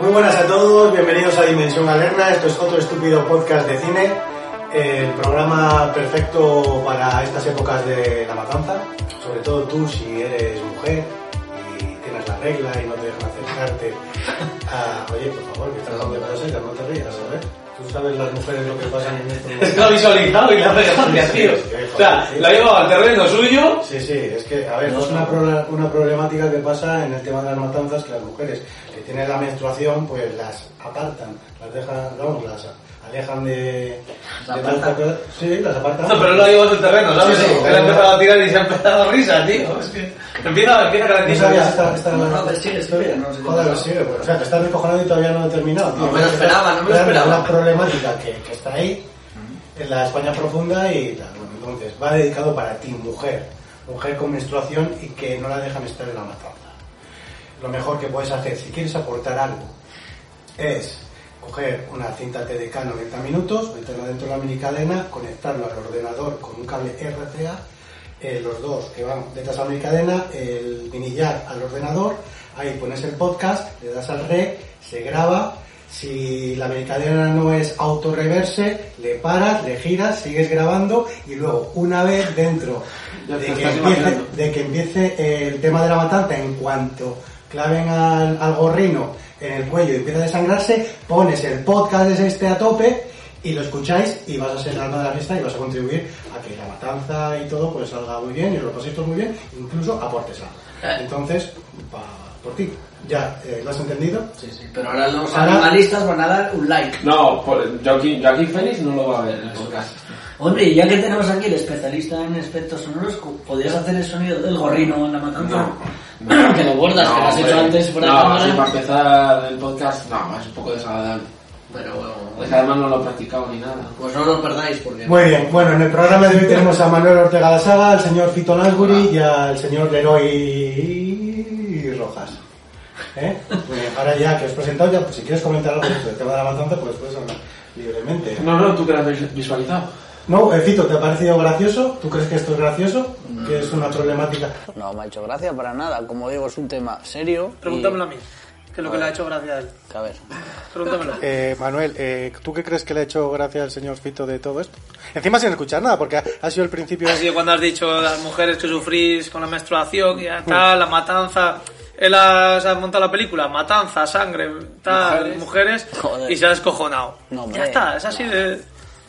Muy buenas a todos, bienvenidos a Dimensión Galerna, esto es otro estúpido podcast de cine, el programa perfecto para estas épocas de la matanza, sobre todo tú si eres mujer y tienes la regla y no te dejan acercarte a... Oye, por favor, que estás donde vas a ser, no te rías, ¿sabes? Tú sabes las mujeres lo que pasan en este estos Es que lo ha momentos. visualizado y la referencia, Sí, tío. sí, sí, O sea, sí. lo ha llevado al terreno suyo. Sí, sí, es que, a ver, es una, pro- una problemática que pasa en el tema de las matanzas que las mujeres que tienen la menstruación, pues las apartan, las dejan, vamos, las alejan de... Las de tanta cosa. Sí, las apartan. No, pero lo ha llevado al terreno, ¿sabes? Sí, sí. Él ha empezado a tirar y se ha empezado a risa, tío. Es que empieza, empieza a No garantizar sabías ya. esta, esta No, no, pues sigue, sigue, no, sigue. Joder, sigue, pues. O sea, te estás descojonando y todavía no he terminado. tío. No me lo esperaba, no me lo Claro, esperaba. La problemática que, que está ahí en la España profunda y tal. Bueno, entonces, va dedicado para ti, mujer. Mujer con menstruación y que no la dejan estar en la matanza. Lo mejor que puedes hacer, si quieres aportar algo, es coger una cinta TDK 90 minutos, meterla dentro de la minicadena, conectarlo al ordenador con un cable RCA, eh, los dos que van detrás a la minicadena, el vinillar al ordenador, ahí pones el podcast, le das al rec, se graba, si la minicadena no es autorreverse, le paras, le giras, sigues grabando y luego una vez dentro Ya de te que, estás empiece, imaginando. de que empiece el tema de la matanza, en cuanto claven al, al gorrino en el cuello y empieza a desangrarse, pones el podcast de este a tope y lo escucháis y vas a ser el alma de la fiesta y vas a contribuir a que la matanza y todo pues salga muy bien y lo paséis todos muy bien, incluso aportes algo. Entonces, va por ti. Ya, eh, ¿lo has entendido? Sí, sí, pero ahora los Ahora- animalistas van a dar un like. No, por- Joaquín, Joaquín Félix no lo va a ver en el podcast. Hombre, y ya que tenemos aquí el especialista en aspectos sonoros, cu- ¿podrías hacer el sonido del gorrino en la matanza? que lo bordas, que lo has hombre. hecho antes fuera No, de sí, para cámara. empezar el podcast, no, es un poco desagradable. Pero Es bueno, que además no lo he practicado ni nada. pues no lo perdáis porque... Muy bien, bueno, en el programa de hoy tenemos a Manuel Ortega de Saga, al señor Fito Lansbury y al señor Leroy Rojas. ¿Eh? Muy bien, ahora ya que os he presentado, ya, pues, si quieres comentar algo sobre el tema de la matanza, pues puedes hablar libremente. No, no, tú que lo has vis- visualizado. No, eh, Fito, ¿te ha parecido gracioso? ¿Tú crees que esto es gracioso? ¿Que es una problemática? No me ha hecho gracia para nada. Como digo, es un tema serio. y- Pregúntamelo a mí, que es lo que le ha hecho gracia a él. A ver. Pregúntamelo. Eh, Manuel, eh, ¿tú qué crees que le ha hecho gracia al señor Fito de todo esto? Encima sin escuchar nada, porque ha, ha sido el principio... Ha sido cuando has dicho las mujeres que sufrís con la menstruación, y ya tal, la matanza. Él ha, se ha montado la película, matanza, sangre, tal, mujeres, Joder. y se ha descojonado. No, hombre. ya está, es así de.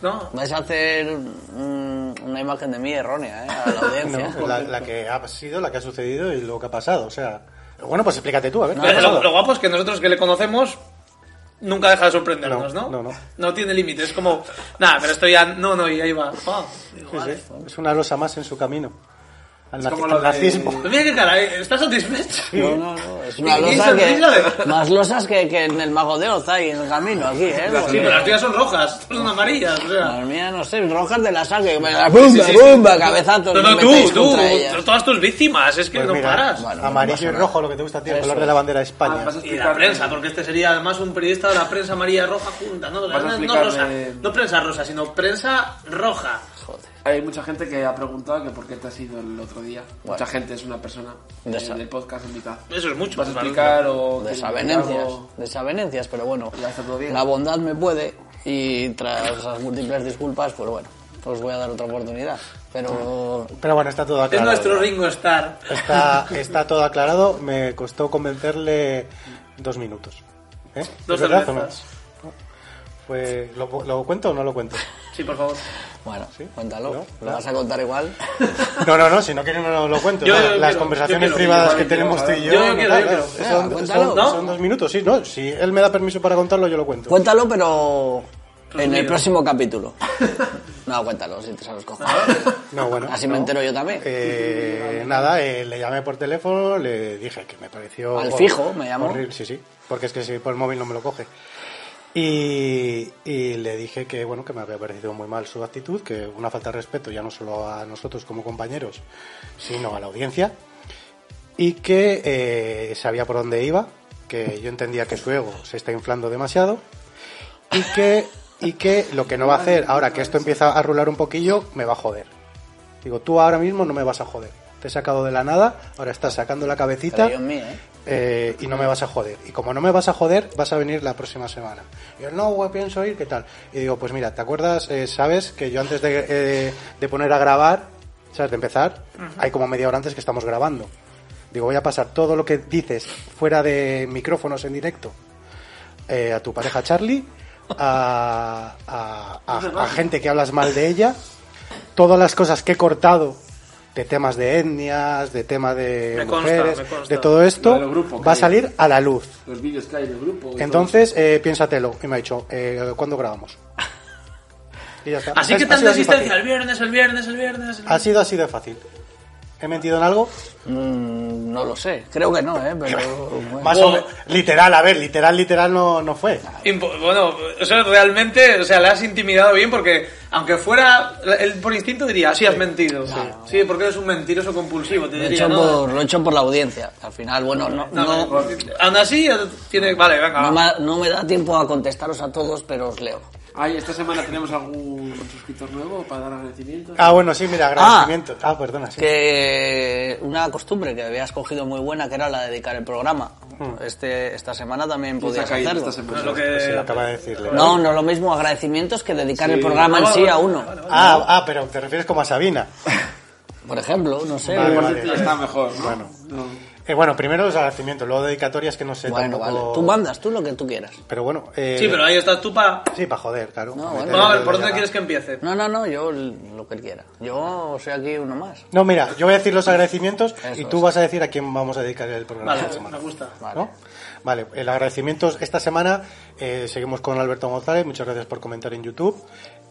No. Vais a hacer mm, una imagen de mí errónea, ¿eh? A la ¿no? audiencia. la, la que ha sido, la que ha sucedido y lo que ha pasado. O sea, bueno, pues explícate tú, a ver. Ah, ¿qué ha Pero lo, pasado? lo guapo es que nosotros que le conocemos nunca deja de sorprendernos, No, ¿no? no, no. tiene límites, es como, nada, pero esto ya, no, no, y ahí va. Ah, digo, Sí, vale. sí. Es una losa más en su camino. Al, nazi- como lo al de- nazismo. Pues mira qué cara, ¿eh? ¿estás satisfecho? No, no, no. Es una Y- y losa sonrisa de que... verdad. Más losas que, que en el Mago de Oz hay en el camino aquí, ¿eh? Sí, Porque- pero las tuyas son rojas, estas son amarillas, o sea. Madre mía, no sé, rojas de la sangre. que me da ¡Bumba, bumba! Cabezazos. No, no, que tú, metéis tú, contra ellas. todas tus víctimas, es que Pues no mira, paras. Bueno, no pasa Amarillo y nada. rojo, lo que te gusta, tío, el Eso color de es. la bandera de España. Ah, vas a Y la explicarme. prensa, porque este sería además un periodista de la prensa amarilla roja junta, ¿no? Vas a No, no, explicarme- rosa, no prensa rosa, sino prensa roja. Hay mucha gente que ha preguntado que por qué te has ido el otro día. Bueno. Mucha gente, es una persona De eh, esa- del podcast invitado. Eso es mucho. ¿Vas a pues, explicar o...? quieres Desavenencias, algo? desavenencias, pero bueno, Ya está todo bien. la bondad me puede y tras las múltiples disculpas, pues bueno, os voy a dar otra oportunidad. Pero Ah. Pero bueno, está todo Es aclarado. nuestro Ringo Starr. Está, está todo aclarado. Me costó convencerle dos minutos. ¿Eh? Dos ¿Es verdad o no? cervezas. Fue- ¿lo, lo cuento o no lo cuento? Sí, por favor. bueno, ¿Sí? cuéntalo, No, lo vas a contar igual. No, no, no, si no quieres no lo- lo cuento. Yo- ¿no? yo Las quiero, conversaciones yo quiero, privadas yo que quiero, tenemos tú y yo. yo no, quiero, yo nada, quiero. Venga, Son, cuéntalo. son- ¿No? son dos minutos, sí, no. Si él me da permiso para contarlo, yo lo cuento. Cuéntalo, pero en el Resumido. próximo capítulo. No, cuéntalo, si te sabes cojones. No, bueno. Así no. me entero yo también. Eh, nada, eh, le llamé por teléfono, le dije que me pareció... Al hor- fijo me llamó. horrible, sí, sí, porque es que si por el móvil no me lo coge. Y, y le dije que bueno que me había parecido muy mal su actitud, que una falta de respeto ya no solo a nosotros como compañeros, sino a la audiencia, y que eh, sabía por dónde iba, que yo entendía que su ego se está inflando demasiado y que, y que lo que no va a hacer ahora que esto empieza a rular un poquillo me va a joder. Digo, tú ahora mismo no me vas a joder. Te he sacado de la nada, ahora estás sacando la cabecita Pero yo en mí, ¿eh? eh, y no me vas a joder. Y como no me vas a joder, vas a venir la próxima semana. Y yo, no, güey, pienso ir, ¿qué tal? Y digo, pues mira, ¿te acuerdas? eh, ¿Sabes que yo antes de, eh, de poner a grabar, ¿sabes? De empezar, hay como media hora antes que estamos grabando. Digo, voy a pasar todo lo que dices fuera de micrófonos en directo eh, a tu pareja Charlie, a, a- a- a gente que hablas mal de ella, todas las cosas que he cortado de temas de etnias, de temas de Me consta, mujeres, me consta. de todo esto, Lo del grupo, va a que- salir a la luz. Los vídeos que hay del grupo. y Entonces, eh, piénsatelo. Y me ha dicho, eh, ¿cuándo grabamos? Y ya está. Así Es- que ha sido tanta así de asistencia, el fácil. viernes, el viernes, el viernes. el Ha sido así de fácil. ¿He mentido en algo? Mm, no lo sé, creo que no, ¿eh? Pero. bueno. Más o Wow. menos. Literal, a ver, literal, literal no, no fue. Impo- Bueno, eso realmente, o sea, le has intimidado bien porque, aunque fuera, él por instinto diría, sí, has mentido. Sí, porque eres un mentiroso compulsivo, te Lo he, diría, hecho ¿no? por, lo he hecho por la audiencia. Al final, bueno, no, No, no- no, aún así, tiene... Vale, venga. no va. me, no me da tiempo a contestaros a todos, pero os leo. todo. Ay, esta semana tenemos algún suscriptor nuevo para dar agradecimientos. Ah, bueno, sí, mira, agradecimiento. Ah, perdona, sí. Que una costumbre que habías cogido muy buena, que era la de dedicar el programa. Este, esta semana también ¿Quién se ha podías Hmm. caído hacerlo. esta semana? Es lo Pues Sí, que... acaba de decirle. No, no lo mismo agradecimientos que dedicar Sí. el programa en sí a uno. Ah, ah, pero te refieres como a Sabina. Por ejemplo, no sé. Vale, Por vale. cierto, ya está mejor, ¿no? Bueno. No. Eh, bueno, primero los agradecimientos, luego dedicatorias que no sé Bueno, tampoco. vale. Tú mandas, tú lo que tú quieras. Pero bueno, eh, Sí, pero ahí estás tú para... sí, para joder, claro. No, bueno. Vamos a ver, ¿por dónde quieres que empiece? No, no, no, yo lo que quiera. Yo soy aquí uno más. No, mira, yo voy a decir los agradecimientos Eso y tú es. vas a decir a quién vamos a dedicar el programa. Vale, esta semana. me gusta. Vale. ¿no? Vale, el agradecimiento esta semana eh, seguimos con Alberto González, muchas gracias por comentar en YouTube.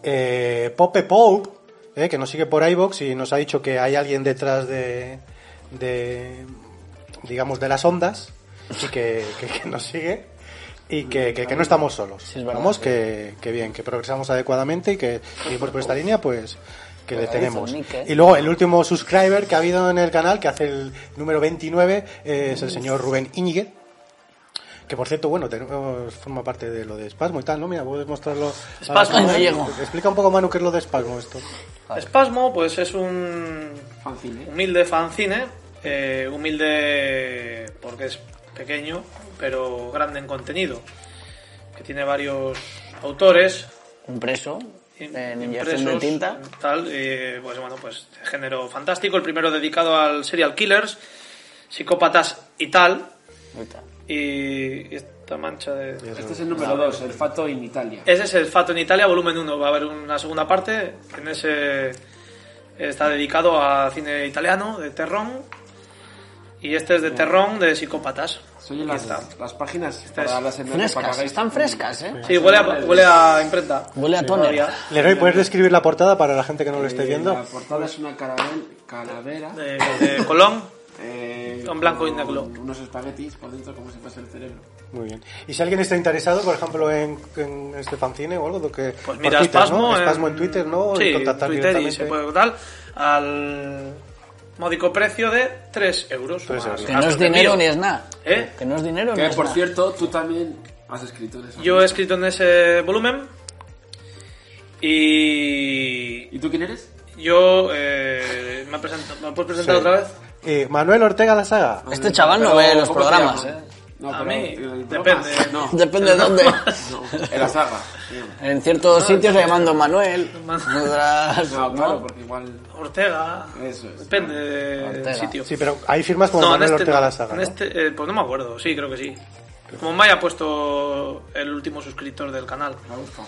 Eh, Pope Pope, eh, que nos sigue por iBox y nos ha dicho que hay alguien detrás de, de digamos, de las ondas y que, que- que nos sigue y que, que- que no estamos solos. Sí, es verdad, Vamos, sí. que, que bien, que progresamos adecuadamente y que seguimos por esta línea, pues que le Pegadizo, tenemos. Nick, eh. Y luego el último subscriber que ha habido en el canal, que hace el número 29, eh, es el señor Rubén Íñiguez. Que por cierto, bueno, tenemos, forma parte de lo de espasmo y tal, ¿no? Mira, puedes mostrarlo. Espasmo, ahora mismo. no llego. Explica un poco, Manu, qué es lo de espasmo esto. Vale. Espasmo, pues es un Fanzine. humilde fanzine, eh, humilde porque es pequeño, pero grande en contenido, que tiene varios autores, Impreso, en inyección de impresos, tinta. Tal, eh, pues bueno, pues de género fantástico. El primero dedicado al serial killers, psicópatas y tal. y tal. Y esta mancha de. Este es el número 2, el Fato in Italia. Ese es el Fato en Italia, volumen 1. Va a haber una segunda parte. En ese está dedicado a cine italiano, de Terrón. Y este es de Terrón, de psicópatas. Soy las, las páginas para es las enmiendas para que Frescas, hagáis- están frescas, ¿eh? Sí, huele a, huele a imprenta. Huele a tóner. Todavía. Leroy, ¿puedes describir la portada para la gente que no lo esté Eh, viendo? La portada es una carabel- calavera. De, de Colón. eh, Con blanco con y negro. Unos espaguetis por dentro, como si fuese el cerebro. Muy bien. Y si alguien está interesado, por ejemplo, en, en este fanzine o algo, lo que, Pues por mira, Twitter, Espasmo, ¿no? Espasmo en Twitter, ¿no? Sí, y contactar Twitter y directamente. se puede tal al módico precio de 3 euros. Tres más euros. Que no es gastos de dinero ni envío. es nada. ¿Eh? Que no es dinero ni Que es por nada. cierto, tú también has escrito en esa Yo he lista. escrito en ese volumen y ¿Y tú quién eres? Este yo eh, me, presento, ¿me puedes presentar Sí. otra vez. Eh, Manuel Ortega la saga. Este chaval no Pero, ve los ¿cómo te programas, llamo? ¿eh? No, A pero- mí, el- depende. No, Depende de dónde. no, en la saga. En ciertos sitios le llaman Don Manuel. en otras- No, claro, porque igual... Ortega. Eso es. Depende del Ortega. sitio. Sí, pero ahí firmas como No, en Manuel este, Ortega no, la saga. en ¿no? este, eh, pues no me acuerdo, sí, creo que sí. Como me haya puesto el último suscriptor del canal. Me gusta.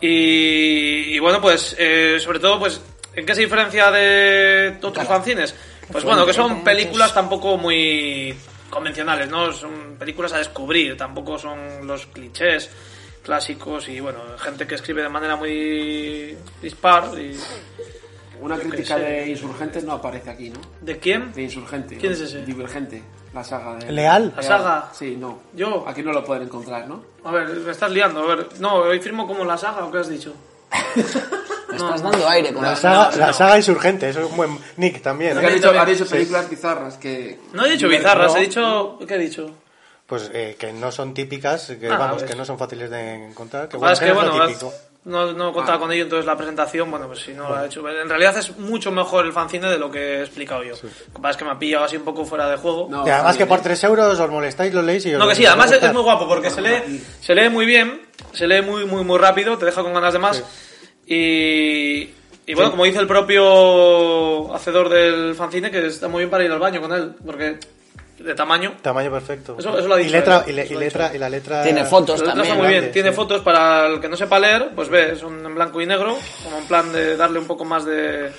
Y, y bueno, pues eh, sobre todo, pues ¿en qué se diferencia de otros fanzines? Pues bueno, que son películas tampoco muy convencionales, ¿no? Son películas a descubrir, tampoco son los clichés clásicos y bueno, gente que escribe de manera muy disparo y... Una crítica de Insurgentes no aparece aquí, ¿no? ¿De quién? De Insurgente. ¿Quién ¿no? es ese? Divergente, la saga de... ¿Leal? ¿La saga? Sí, no. ¿Yo? Aquí no lo pueden encontrar, ¿no? A ver, me estás liando, a ver. No, hoy firmo como la saga, ¿o qué has dicho? Me estás dando aire con La las saga, la saga Insurgente, eso es un buen nick también. No, Porque ¿eh? han Sí, dicho, también. han dicho películas bizarras que... No he dicho Diver- bizarras, no. he dicho... ¿Qué he dicho? Pues eh, que no son típicas, que Ah, vamos, ves. que no son fáciles de encontrar. Que Ah, es que bueno, bueno, es lo típico. no, no contaba con ello, entonces la presentación, bueno, pues si no la he hecho. En realidad es mucho mejor el fanzine de lo que he explicado yo. Lo que pasa es que me ha pillado así un poco fuera de juego. No, No, Y además está que por bien, 3 euros os molestáis, lo leéis y os que sí, os va a además es, gustar. es muy guapo porque se lee, se lee muy bien, se lee muy, muy, muy rápido, te deja con ganas de más. Y. Y bueno, como dice el propio hacedor del fanzine, que está muy bien para ir al baño con él, porque de tamaño. Tamaño perfecto. Eso- eso lo ha y dicho letra, y, él, le- eso y lo ha letra, y la letra... Tiene fotos La letra está también. muy grande, bien, tiene sí. fotos para el que no sepa leer, pues ve, son en blanco y negro, como en plan de darle un poco más de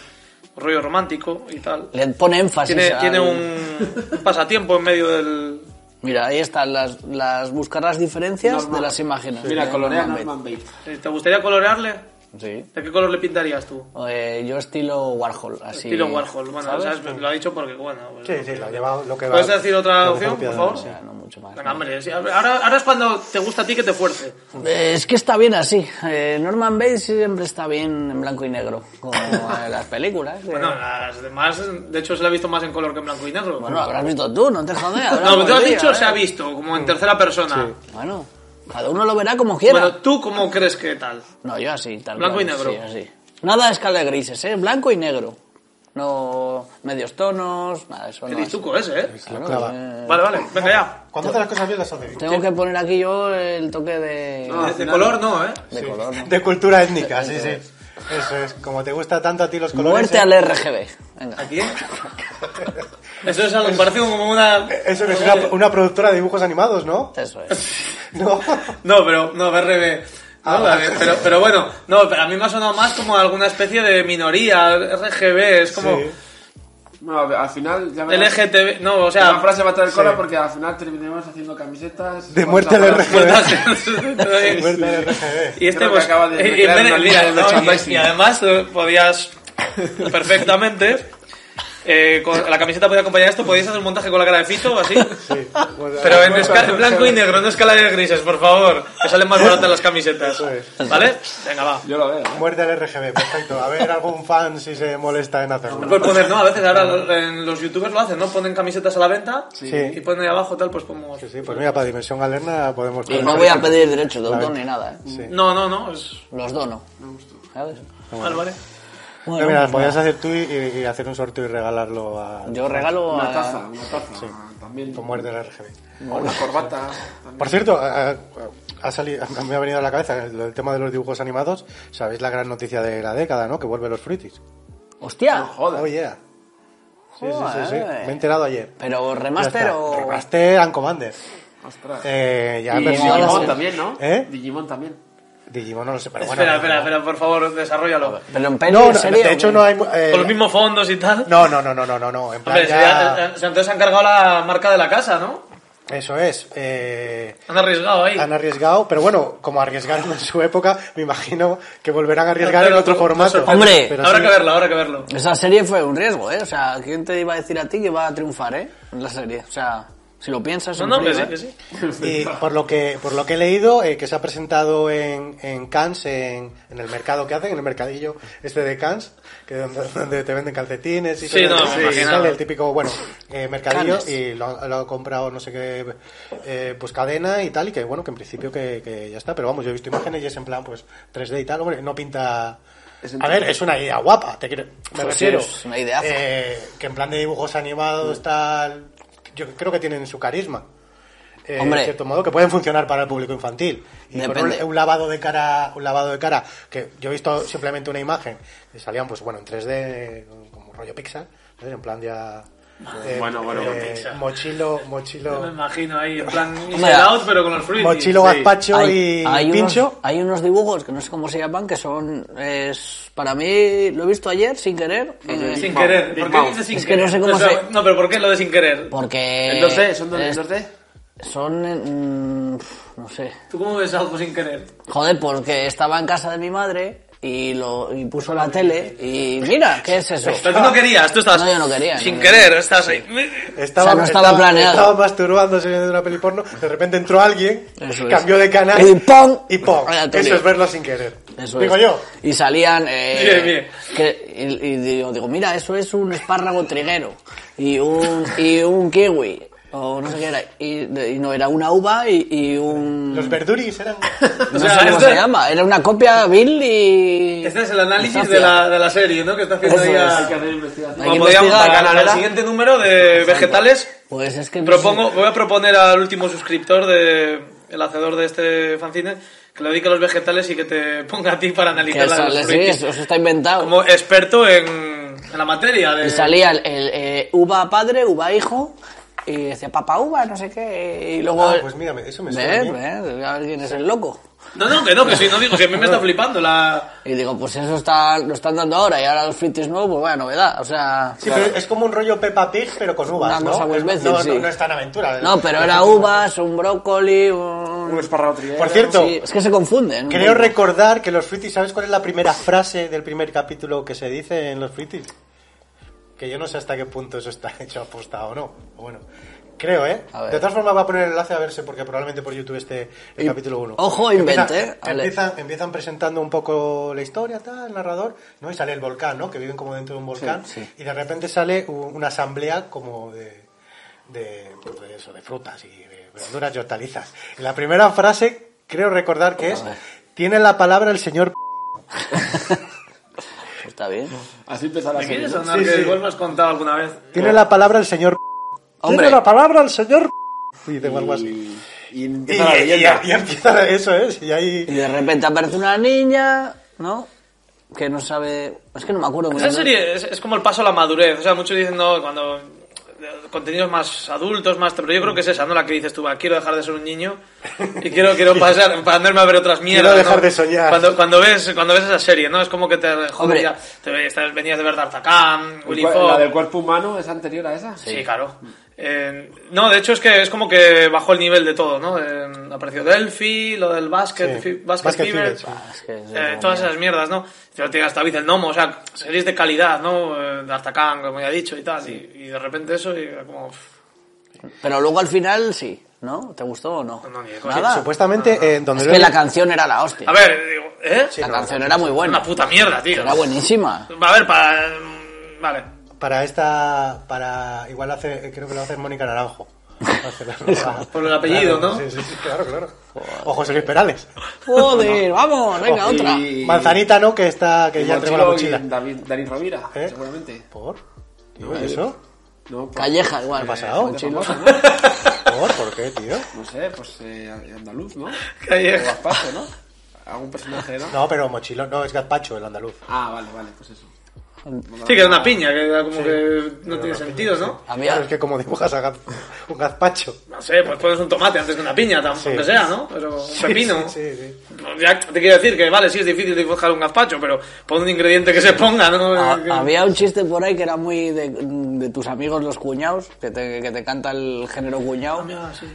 rollo romántico y tal. Le pone énfasis. Tiene, al- tiene un, un pasatiempo en medio del... Mira, ahí están las, las buscar las diferencias de las imágenes. Mira, de colorea Norman Norman Bates. eh, ¿Te gustaría colorearle? Bates. Sí. ¿De qué color le pintarías tú? Eh, yo estilo Warhol, así. Estilo Warhol. Bueno, ¿sabes? lo ha dicho porque, bueno... pues- Sí, sí, lo ha llevado lo que va... ¿Puedes decir otra lo que opción, copiado, por favor? O sea, no mucho más. Venga, hombre, sí, ahora, ahora es cuando te gusta a ti que te fuerce. Eh, es que está bien así. Eh, Norman Bates siempre está bien en blanco y negro, como en las películas. eh. de- Bueno, las demás, de hecho, se la ha visto más en color que en blanco y negro. Bueno, habrás visto tú, no te jodeas. habrá no, pero tú has volvido, dicho ¿eh? se ha visto, como en tercera persona. Bueno, cada uno lo verá como quiera. Bueno, ¿tú cómo crees que tal? No, yo así, tal Blanco cual, y negro. sí, así. Nada de escala de grises, ¿eh? Blanco y negro. No medios tonos, nada, eso Qué no. es. listuco ese, ¿eh? Claro, clava. eh, Vale, vale, venga ya. Cuando hace las cosas bien las hace bien. tengo que poner aquí yo el toque de, De, de color no, ¿eh? de color. ¿no? Ah, De cultura étnica, sí, sí. Eso es, como te gusta tanto a ti los colores... Muerte eh, al RGB. Venga. ¿Aquí? Eso es algo parece como una... Eso que es una, una productora de dibujos animados, ¿no? Eso es. No. No, pero... No, BRB. No, vale, pero, pero bueno, no, pero a mí me ha sonado más como alguna especie de minoría, RGB, es como Sí. Bueno, a ver, al final ya verás- LGTB, no, o la sea, frase va a traer cola sí. porque al final terminamos haciendo camisetas... De muerte al Bueno, RGB. Muerte y al RGB. este Creo que pues, acaba de y- y, en vez crear de- mira, una línea de no, y- merchandising. y además eh, podías eh, perfectamente eh, con la camiseta podía acompañar esto, podías hacer un montaje con la cara de Fito así. Pues, Pero en, esca- en blanco y negro, no escala de grises, por favor. Que salen más baratas las camisetas. Eso es. ¿Vale? Venga, va. Yo lo veo, ¿eh? Muerte al RGB, perfecto. A ver algún fan si se molesta en hacerlo. No puedes Pues poner, no, a veces ahora en los youtubers lo hacen, ¿no? Ponen camisetas a la venta Sí. y ponen ahí abajo tal, pues pongo... Sí, sí, pues mira, para Dimensión Galerna podemos... Y Pues no voy a pedir derechos de autor ni nada, ¿eh? Sí. No, no, no, es... Los dono. ¿Sabes? Vale, vale. No, mira, podías hacer tú y, y hacer un sorteo y regalarlo a... Yo regalo Una a- taza, una taza. También Con muerte al RGB. una corbata. Por cierto, a- a- ha salido, a- me ha venido a la cabeza el tema de los dibujos animados. Sabéis la gran noticia de la década, ¿no? Que vuelven los fruitis. ¡Hostia! Oh, yeah. Sí, sí, sí, sí. Joder. Me he enterado ayer. Pero Ya remaster está. o... Remaster and Commander. Ostras. Eh, ya Y versión- Digimon también, ¿no? ¿Eh? Digimon también. Digimon no lo sé, pero bueno. espera, espera, espera, por favor, desarrollalo. Pero en peli, No, no, en serio, de hecho ¿qué? no hay... mu- eh, Con los mismos fondos y tal. no, no, no, no, no, no, no. En plan Hombre, se ya- ha- se- eh, entonces han cargado la marca de la casa, ¿no? Eso es. Eh, Han arriesgado ahí. han arriesgado, pero bueno, como arriesgaron en su época, me imagino que volverán a arriesgar Pero- en otro pero- formato. Hombre, Pero habrá sí, que verlo, habrá que verlo. Esa serie fue un riesgo, ¿eh? O sea, ¿quién te iba a decir a ti que iba a triunfar, eh? La serie. O sea, si lo piensas... No, en no, que frío, sí, ¿eh? que sí. Y por lo que, por lo que he leído, eh, que se ha presentado en, en Cannes, en, en el mercado que hacen, en el mercadillo este de Cannes, que donde, donde te venden calcetines y Sí, todo no, eso, me y imaginaba. sale el típico, bueno, eh, mercadillo Cannes. y lo, lo ha comprado no sé qué, eh, pues cadena y tal, y que bueno, que en principio que, que ya está, pero vamos, yo he visto imágenes y es en plan, pues 3D y tal, hombre, no pinta... A ver, es una idea guapa, te quiero, me Pues sí, refiero. es una ideaza. Mm. eh, que en plan de dibujos animados tal, yo creo que tienen su carisma eh, Hombre. en cierto modo que pueden funcionar para el público infantil y con un, Depende. un lavado de cara un lavado de cara que yo he visto simplemente una imagen que salían pues bueno en 3D con- como rollo Pixar ¿sabes? en plan ya eh, Bueno, bueno, bueno. eh, mochilo mochilo Me imagino ahí, en plan Inside Hombre, Out, pero con los fruities. mochilo gazpacho y pincho Unos, hay unos dibujos que no sé cómo se llaman, que son... Es, para mí, lo he visto ayer, sin querer. eh, Sin querer. ¿Por qué dices sin Es que querer? no sé cómo Pues, eh, O sea, se- No, pero ¿por qué lo de sin querer? Porque... Entonces, ¿son dos es- entonces? Son... eh, mm, no sé. ¿Tú cómo ves algo sin querer? Joder, porque estaba en casa de mi madre y, lo, y puso la tele y mira, ¿qué es eso? Pero tú no querías, tú estabas. Ah. No, yo no quería, Sin no querer, estás ahí. Estaba, O sea, no estaba planeado. Estaba masturbándose viendo una peli porno. De repente entró alguien, Eso es. cambió de canal. Y ¡pum! Y ¡pum! Vaya tele. Eso es verlo sin querer. Eso Digo es. yo. Y salían... eh, Bien, bien. que- y y digo, digo, mira, eso es un espárrago triguero y un, y un kiwi. O no sé qué era. Y, y no, era una uva y, y un... Los verduris eran. No O sea, sé cómo este- se llama. Era una copia vil y... Este es el análisis Zafia. de la, de la serie, ¿no? Que está haciendo Eso ahí es. a- Hay que hacer investigación. Hay que Como podíamos, investigar la para el canalera. siguiente número de vegetales, Pues es que... no propongo, sé. voy a proponer al último suscriptor de el hacedor de este fanzine que le dedique a los vegetales y que te ponga a ti para Que analizar eso, la le- sí, eso, eso está inventado. como experto en, en la materia de Y salía el, el, eh, uva padre, uva hijo, y decía papá uva, no sé qué, y luego... Ah, pues mira, me- eso me suena ¿Ves? bien. ¿Ves? A ver quién es el loco. No, no, que no, que sí, no digo, que a mí me está flipando la... Y digo, pues eso está, lo están dando ahora, y ahora los frites nuevos, pues vaya novedad, o sea... Sí, pero es como un rollo Peppa Pig, pero con uvas, Una ¿no? cosa muy Es- imbécil, no, sí. no, no es tan aventura. No, pero era uvas, un brócoli, un... Un espárrago triguero. Por cierto, Sí, es que se confunden. un creo poco. recordar que los Fritis, ¿sabes cuál es la primera frase del primer capítulo que se dice en los Fritis? Que yo no sé hasta qué punto eso está hecho apostado o no. O Bueno, creo, ¿eh? A ver. De todas formas, va a poner el enlace a verse porque probablemente por YouTube esté el Y- capítulo 1. ojo, invente, ¿eh? Ale. Empiezan, empiezan presentando un poco la historia, tal, el narrador, ¿no? Y sale el volcán, ¿no? Que viven como dentro de un volcán. Y de repente sale u- una asamblea como de, de, pues, de eso, de frutas y de verduras y hortalizas. Y la primera frase, creo recordar que es, tiene la palabra el señor... Está bien. Así empezó la ¿Me serie. quieres ¿no? sonar Sí, que sí. igual me has contado alguna vez? Tiene la palabra el señor... Hombre. Tiene la palabra el señor... Y tengo algo así. Y, y Y, empieza la y- y- leyenda. y empieza eso, es Y ahí... Y de repente aparece una niña, ¿no? Que no sabe... Es que no me acuerdo muy Esa bien. serie es, es como el paso a la madurez. O sea, muchos dicen, no, cuando eh, contenidos más adultos, más... Pero yo creo que es esa, ¿no? La que dices tú, va, quiero dejar de ser un niño y quiero, quiero pasar, para andarme a ver otras mierdas. dejar ¿no? de soñar. Cuando, cuando, ves, cuando ves esa serie, ¿no? Es como que te... Joder, Hombre. ya, te, estás- venías de ver D'Artagnan, Willy El cua- ¿La Fogg... del cuerpo humano es anterior a esa? Sí, claro. Eh, no, de hecho es que es como que bajó el nivel de todo, ¿no? Eh, apareció Delphi, lo del Basket, Sí. fi- basket, Basket Fever, Fever, sí. Ah, es que es eh, como todas mierda. esas mierdas, ¿no? Pero tiene hasta Vice el Nomo, o sea, series de calidad, ¿no? Eh, De Artacán, como ya he dicho y tal, y, y de repente eso y era como... pff, Pero luego al final sí, ¿no? ¿Te gustó o no? No, ni de coña. Nada. Supuestamente, eh, donde es lo que he- la canción era la hostia. A ver, digo, ¿eh? la canción era muy buena. Una puta mierda, tío. Era buenísima. A ver, para... mm, Vale. Para esta, para igual hace, creo que lo hace Mónica Naranjo. Hace la- Por el apellido, Claro, ¿no? Sí, sí, sí, claro, claro. O José Luis Perales. Joder, vamos, venga, Y- otra. Y- Manzanita, ¿no? Que está, que ya entregó la Mochilo mochila. y David, David Rovira, ¿Eh? seguramente. ¿Por? Tío, ¿y eso? No, Pues por- Calleja, igual. ¿Qué ha pasado? Mochilo, ¿Por? ¿Por qué, tío? no sé, pues eh, andaluz, ¿no? O Calleja. Gaspacho, ¿no? Algún personaje, ¿no? No, pero mochilo, no, es gazpacho, el andaluz. Ah, vale, vale, pues eso. Sí, que era una piña, que era como que no tiene sentido, ¿no? Había- Claro, es que como dibujas a gaz- un gazpacho. No sé, pues pones un tomate antes que una piña, tan- aunque sea, ¿no? Pero un pepino. Sí, sí. Pues Ya te quiero decir que, vale, sí es difícil dibujar un gazpacho, pero pon un ingrediente que se ponga, ¿no? Que- ha- había un chiste por ahí que era muy de, de tus amigos los cuñados, que te, que te canta el género cuñado.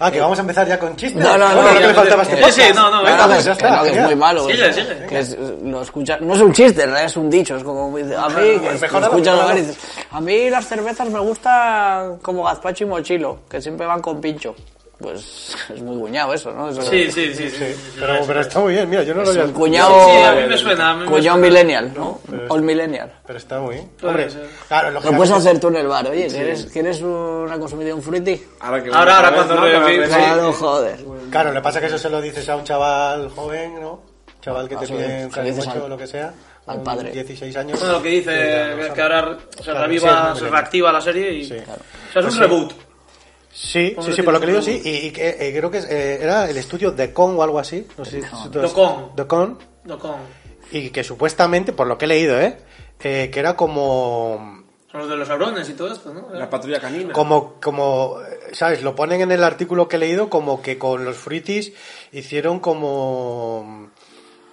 Ah, que vamos a empezar ya con chistes. No, no, no, Bueno, lo ya que le no faltaba a sé. este Sí, sí, podcast. no, no, Venga, venga, pues que- ya está. que es genial. muy malo. Sigue, que es- sigue. que es- lo escucha, no es un chiste, en realidad es un dicho. Es como muy de- a Mejoralo, mí, que pues es- mejoralo, escuchas mejoralo. hablar y dices, a mí las cervezas me gustan como gazpacho y mochilo, que siempre van con pincho. Pues es muy cuñado eso, ¿no? Eso- Sí, sí, sí. sí, sí, Sí, pero, pero está muy bien, mira, yo no lo Es había un cuñado, Sí, a Oh, mí me suena. a mí me cuñado suena. millennial, ¿no? All millennial. Pero está muy bien. Claro, Hombre, sí. claro, Lo puedes lógicamente- hacer tú en el bar, oye, ¿quieres, ¿quieres una consumición fruity? Ahora, que Ahora, ahora, otra vez, cuando ¿no? revive, Otra vez, sí. Claro, joder. Claro, lo que pasa es que eso se lo dices a un chaval joven, ¿no? Un chaval que te Ah, sí, pide un se lo dices calimocho al- o lo que sea. al con padre. 16 años. Bueno, lo que y ya dice no que es sabe. que ahora se Claro, reviva, sí, se es muy reactiva la serie y... Sí. O sea, es un reboot. Sí, sí, Pobre sí, por lo que leo, título. sí. Y, y que, eh, creo que es, eh, era el estudio de Con o algo así. No sé si tú- The Con. The Con. No con... Y que supuestamente, por lo que he leído, ¿eh? Eh, que era como. Son los de los aurones y todo esto, ¿no? La patrulla canina. Como, como, eh, ¿sabes? Lo ponen en el artículo que he leído como que con los fruitis hicieron como,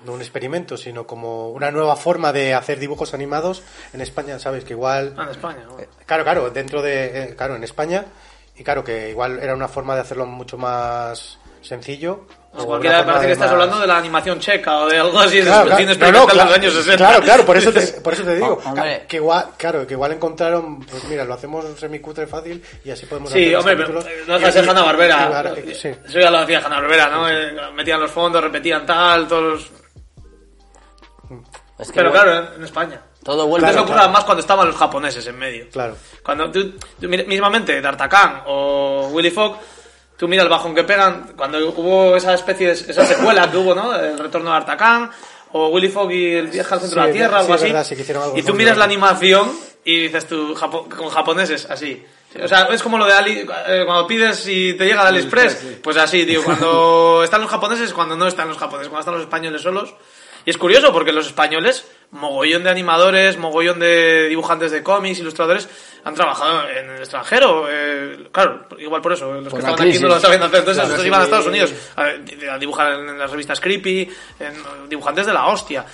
no un experimento, sino como una nueva forma de hacer dibujos animados en España, ¿sabes? Que igual, Ah, en España. bueno. claro, claro, dentro de, eh, claro, en España, y claro, que igual era una forma de hacerlo mucho más sencillo o Cualquiera una forma parece que de estás más- hablando de la animación checa o de algo así de Claro, cine claro, no, experimental de claro, los años 60. Claro, claro, por eso te, por eso te digo. Ah, hombre. Que, que igual, claro, que igual encontraron, pues mira, lo hacemos semicutre fácil y así podemos Sí, hacer hombre, los pero eh, capítulos. no Y hacía así- Hanna y Barbera. bar- eh, sí. Eso ya lo hacía Hanna Barbera, ¿no? Eh, Metían los fondos, repetían tal, todos. los- Es que, Pero bueno, claro, en- en España. todo Antes vuelve. se ocurra más cuando estaban los japoneses en medio. Claro. Cuando tú, tú mira- mismamente D'Artagnan o Willy Fogg, tú mira el bajón que pegan. Cuando hubo esa especie de esa secuela que hubo, ¿no? El retorno de D'Artagnan o Willy Fogg y el viaje al Sí, centro de la Tierra, sí, algo es así. verdad, sí que hicieron algo y tú muy miras la bueno. animación y dices tú Japo- con japoneses así. O sea, es como lo de Ali, eh, cuando pides y te llega de AliExpress, pues así, tío, cuando están los japoneses, cuando no están los japoneses, cuando están los españoles solos. Y es curioso porque los españoles, mogollón de animadores, mogollón de dibujantes de cómics, ilustradores, han trabajado en el extranjero. eh, claro, igual por eso, los que la estaban aquí no lo crisis. saben hacer, entonces estos sí. iban a Estados Unidos a, a dibujar en las revistas creepy, en dibujantes de la hostia.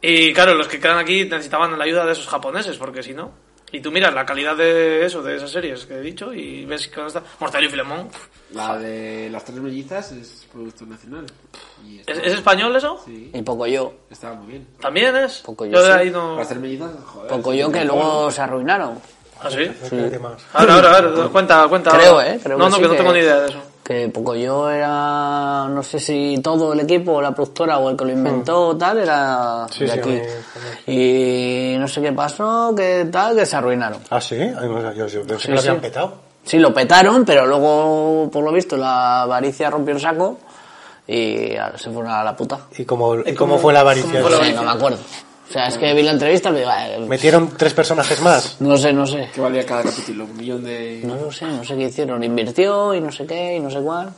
Y claro, los que quedan aquí necesitaban la ayuda de esos japoneses, porque si no. Y tú miras la calidad de eso, de esas series que he dicho, y ves que está. Mortadelo y Filemón. La de las tres mellizas es producto nacional. Y está, ¿Es, es español eso? sí, Y poco yo. estaba muy bien. ¿También es? Poco yo yo de sí. ahí no. Las tres mellizas, joder. Poco yo que luego se arruinaron. ¿Ah, sí? Fíjate más. Ahora, ahora, ahora, cuenta, cuenta. Creo, eh, creo no, que no, sí que no que- tengo ni idea de eso. Que poco yo era, no sé si todo el equipo, la productora o el que lo inventó o tal, era Sí, de sí, aquí. a Y no sé qué pasó, que tal, que se arruinaron. Ah, sí, Ay, bueno, yo, yo pensé Sí, que lo habían sí. petado. Sí, lo petaron, pero luego, por lo visto, la avaricia rompió el saco y a- se fueron a la puta. ¿Y cómo, y cómo fue la avaricia? cómo fue la Sí, no me acuerdo. O sea, es que vi la entrevista y me iba, eh, ¿Metieron tres personajes más? no sé, no sé. Que valía cada capítulo, un millón de... No lo sé, no sé qué hicieron. Invirtió y no sé qué y no sé cuál.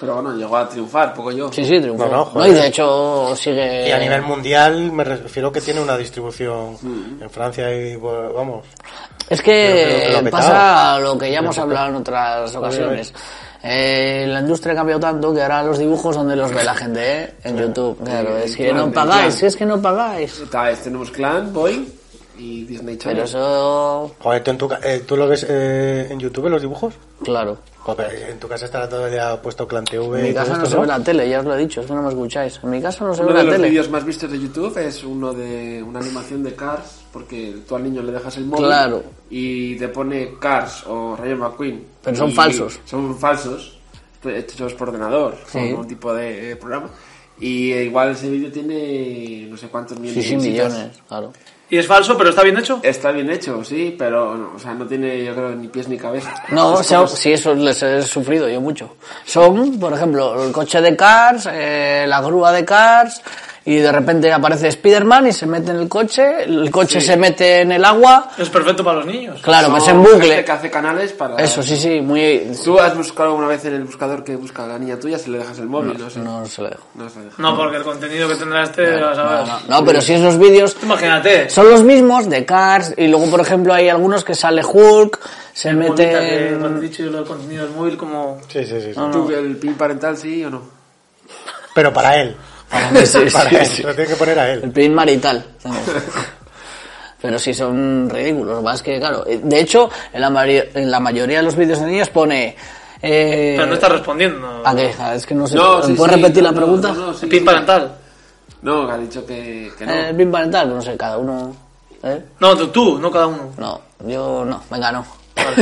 Pero bueno, llegó a triunfar, poco yo. Sí, sí, triunfó. No, no, y joder. de hecho sigue... Y a nivel mundial me refiero que tiene una distribución Mm. en Francia y, bueno, vamos, Es Pero creo que que lo ha pasa petado. lo que ya hemos hablado en otras ocasiones. Eh, la industria ha cambiado tanto que ahora los dibujos donde los ve la gente, ¿eh? En YouTube. Claro, es que no plan, en pagáis, plan. es que no pagáis. Está, tenemos Clan, Boy y Disney Pero Channel. eso, Joder, ¿tú, en tu, ca- eh, ¿tú lo ves eh, en YouTube los dibujos? claro. Joder, en tu casa estará todo el día puesto Clan TV. En mi y todo casa no esto, se ve la tele, ya os lo he dicho, es que no me escucháis. En mi casa no se ve Uno de la los tele. vídeos más vistos de YouTube es uno de una animación de Cars, porque tú al niño le dejas el móvil Claro. y te pone Cars o Rayo McQueen. Pero son Y falsos. Son falsos, pues, hechos por ordenador, Sí. son un tipo de eh, programa. Y eh, igual ese vídeo tiene no sé cuántos Sí, millones sí, de visitas. millones, claro. Y es falso, pero está bien hecho. Eh. Está bien hecho, sí, pero o sea, no tiene yo creo ni pies ni cabeza. No, Es si como- eso les he sufrido yo mucho. Son, por ejemplo, el coche de Cars, eh, la grúa de Cars, y de repente aparece Spiderman y se mete en el coche, el coche se mete en el agua, Es perfecto para los niños. claro, que es en No, bucle. gente que hace canales para... Eso sí, sí, muy... ¿Tú has buscado alguna vez en el buscador que busca a la niña tuya si le dejas el móvil? No, sé. No, no se lo dejo. No se lo dejas. No, porque el contenido que tendrá este, lo No, sabes. no, no, pero si esos vídeos Imagínate. son los mismos de Cars, y luego, por ejemplo, hay algunos que sale Hulk, se Bonita que mete... lo han dicho y lo del contenido del móvil como... Sí, sí, sí. sí. Ah. ¿Tú el pin parental sí o no? Pero para él. Para él. Se lo tiene que poner a El él. pin marital. tengo. Pero sí son ridículos, más que claro. Eh, De hecho, en la, mari- en la mayoría de los vídeos de niños pone... eh, Pero no está respondiendo. ¿A qué? Ah, Es que no sé. No, sí, ¿Puedes sí, repetir no, la no, pregunta? no, no, sí, Pin sí. parental. No, ha dicho que, que no. Eh, El pin parental, no sé, cada uno... ¿eh? No, tú, tú, no cada uno. No, yo no, venga, no.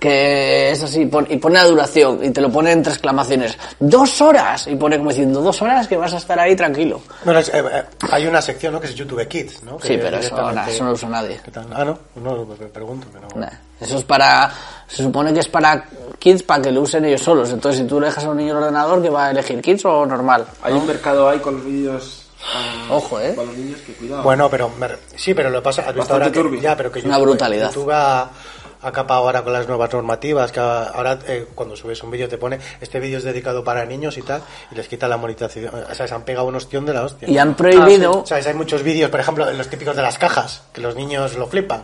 que es así, pon- y pone la duración, y te lo pone entre exclamaciones. ¡Dos horas! Y pone como diciendo, dos horas que vas a estar ahí tranquilo. Bueno, es- eh, eh, hay una sección, ¿no? Que es YouTube Kids, ¿no? Que Sí, pero eso, directamente- nada, eso no lo usa nadie. ¿Qué tal? Ah, no, no, me pregunto. Que no. Nah, Eso es para. Se supone que es para kids para que lo usen ellos solos. Entonces, si tú le dejas a un niño el ordenador, ¿qué va a elegir? ¿Kids o normal? Hay un mercado ahí con los vídeos para, Ojo, eh. para los niños que cuidado. Bueno, pero me re- sí, pero lo pasa. Has visto Bastante ahora que- turbio. ya, pero que Una brutalidad. YouTube ha ha capado ahora con las nuevas normativas, que ahora eh, cuando subes un vídeo te pone este vídeo es dedicado para niños y tal, y les quita la monetización. O sea, se han pegado un ostión de la hostia. Y han prohibido. ¿Sabes? Hay muchos vídeos, por ejemplo, los típicos de las cajas, que los niños lo flipan.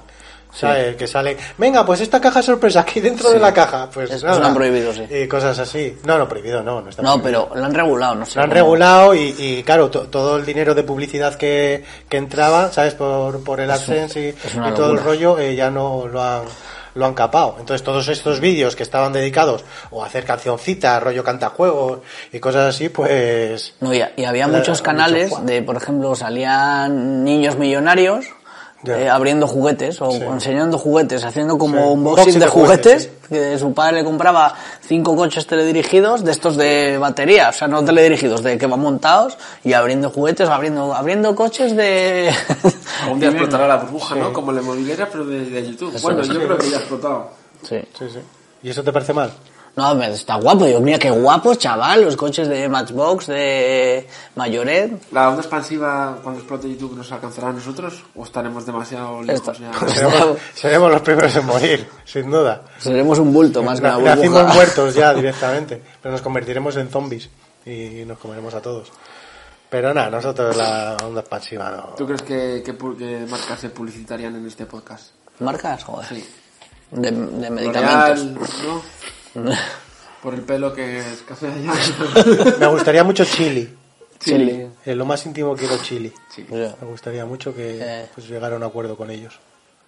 ¿Sabes? Que sale, venga, pues esta caja sorpresa aquí dentro de la caja. Pues Es- nada. lo han prohibido, sí. Y cosas así. No, no, prohibido, no. No, está No, prohibido. pero lo han regulado, no sé. Lo han cómo. regulado y, y, claro, to- todo el dinero de publicidad que, que entraba, ¿sabes? Por, por el AdSense y, es una y todo el locura. rollo, eh, ya no lo han, lo han capado. Entonces todos estos vídeos que estaban dedicados o a hacer cancioncitas, rollo cantajuegos y cosas así, pues... No, y, y había Era muchos mucho canales Juan. de, por ejemplo, salían niños millonarios Ya. eh, abriendo juguetes o Sí. enseñando juguetes, haciendo como Sí, un boxing de juguetes, que su padre le compraba cinco coches teledirigidos de estos de batería, o sea, no teledirigidos, de que van montados y abriendo juguetes, abriendo abriendo coches de... Algún día explotará la burbuja, ¿no? Como la inmobiliaria, pero de, de YouTube. Eso bueno, es. yo creo que ya ha explotado. sí. Sí, sí. ¿Y eso te parece mal? No, me- está guapo, yo mira qué guapo, chaval, los coches de Matchbox, de Mayoret, ¿La onda expansiva cuando explote YouTube nos alcanzará a nosotros? ¿O estaremos demasiado lejos ya? Seremos, seremos los primeros en morir, sin duda. seremos un bulto más que una burbuja. Nacimos muertos ya directamente, pero nos convertiremos en zombies y nos comeremos a todos. Pero nada, nosotros la onda expansiva no. ¿Tú crees que, que, pu- que marcas se publicitarían en este podcast? ¿Marcas? Joder. Sí. De, de L'Oreal, medicamentos. ¿no? Por el pelo que es café allá. Me gustaría mucho chili. Chile. En lo más íntimo quiero chili. Yo, Me gustaría mucho que Eh. pues, llegara a un acuerdo con ellos.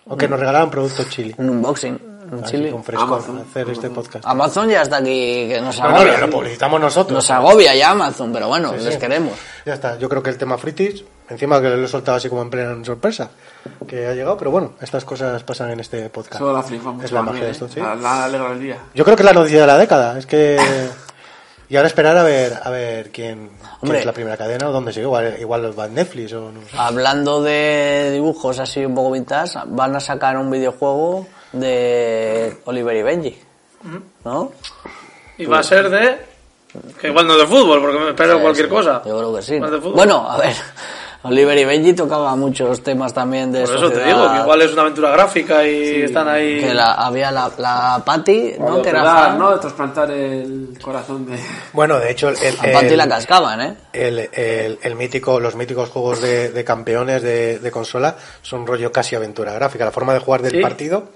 O que nos regalaran productos chili. Un unboxing. Un Así, chile. Con frescor, Amazon. hacer este podcast. Amazon ya está aquí, que nos Pero bueno, agobia. lo publicitamos nosotros. Nos agobia ya Amazon, pero bueno, Sí, les sí. queremos. Ya está, yo creo que el tema Fritis, encima que lo he soltado así como en plena sorpresa, que ha llegado, pero bueno, estas cosas pasan en este podcast. Solo la flipa mucho. Es la también, magia de ¿eh? esto, sí. La, la alegra el día. Yo creo que es la noticia de la década, es que... Y ahora esperar a ver a ver quién, quién Hombre. es la primera cadena o dónde sigue, igual, igual va en Netflix o no sé. Hablando de dibujos así un poco vintage, van a sacar un videojuego de Oliver y Benji. Mm-hmm. ¿No? Y va a ser de. Que igual no es de fútbol, porque me espero cualquier Sí, cosa. Yo creo que sí. Ah. Más de fútbol. Bueno, a ver. Oliver y Benji tocaba muchos temas también de Por eso te sociedad. digo, que igual es una aventura gráfica y están ahí. Que la- había la, la Patty, ¿no? De Que era operar, fan. ¿no? De trasplantar el corazón de... Bueno, de hecho, el, el- A Patty el- la cascaban, ¿eh? el- el- el mítico, los míticos juegos de, de campeones de, de consola son rollo casi aventura gráfica. La forma de jugar del Sí. partido,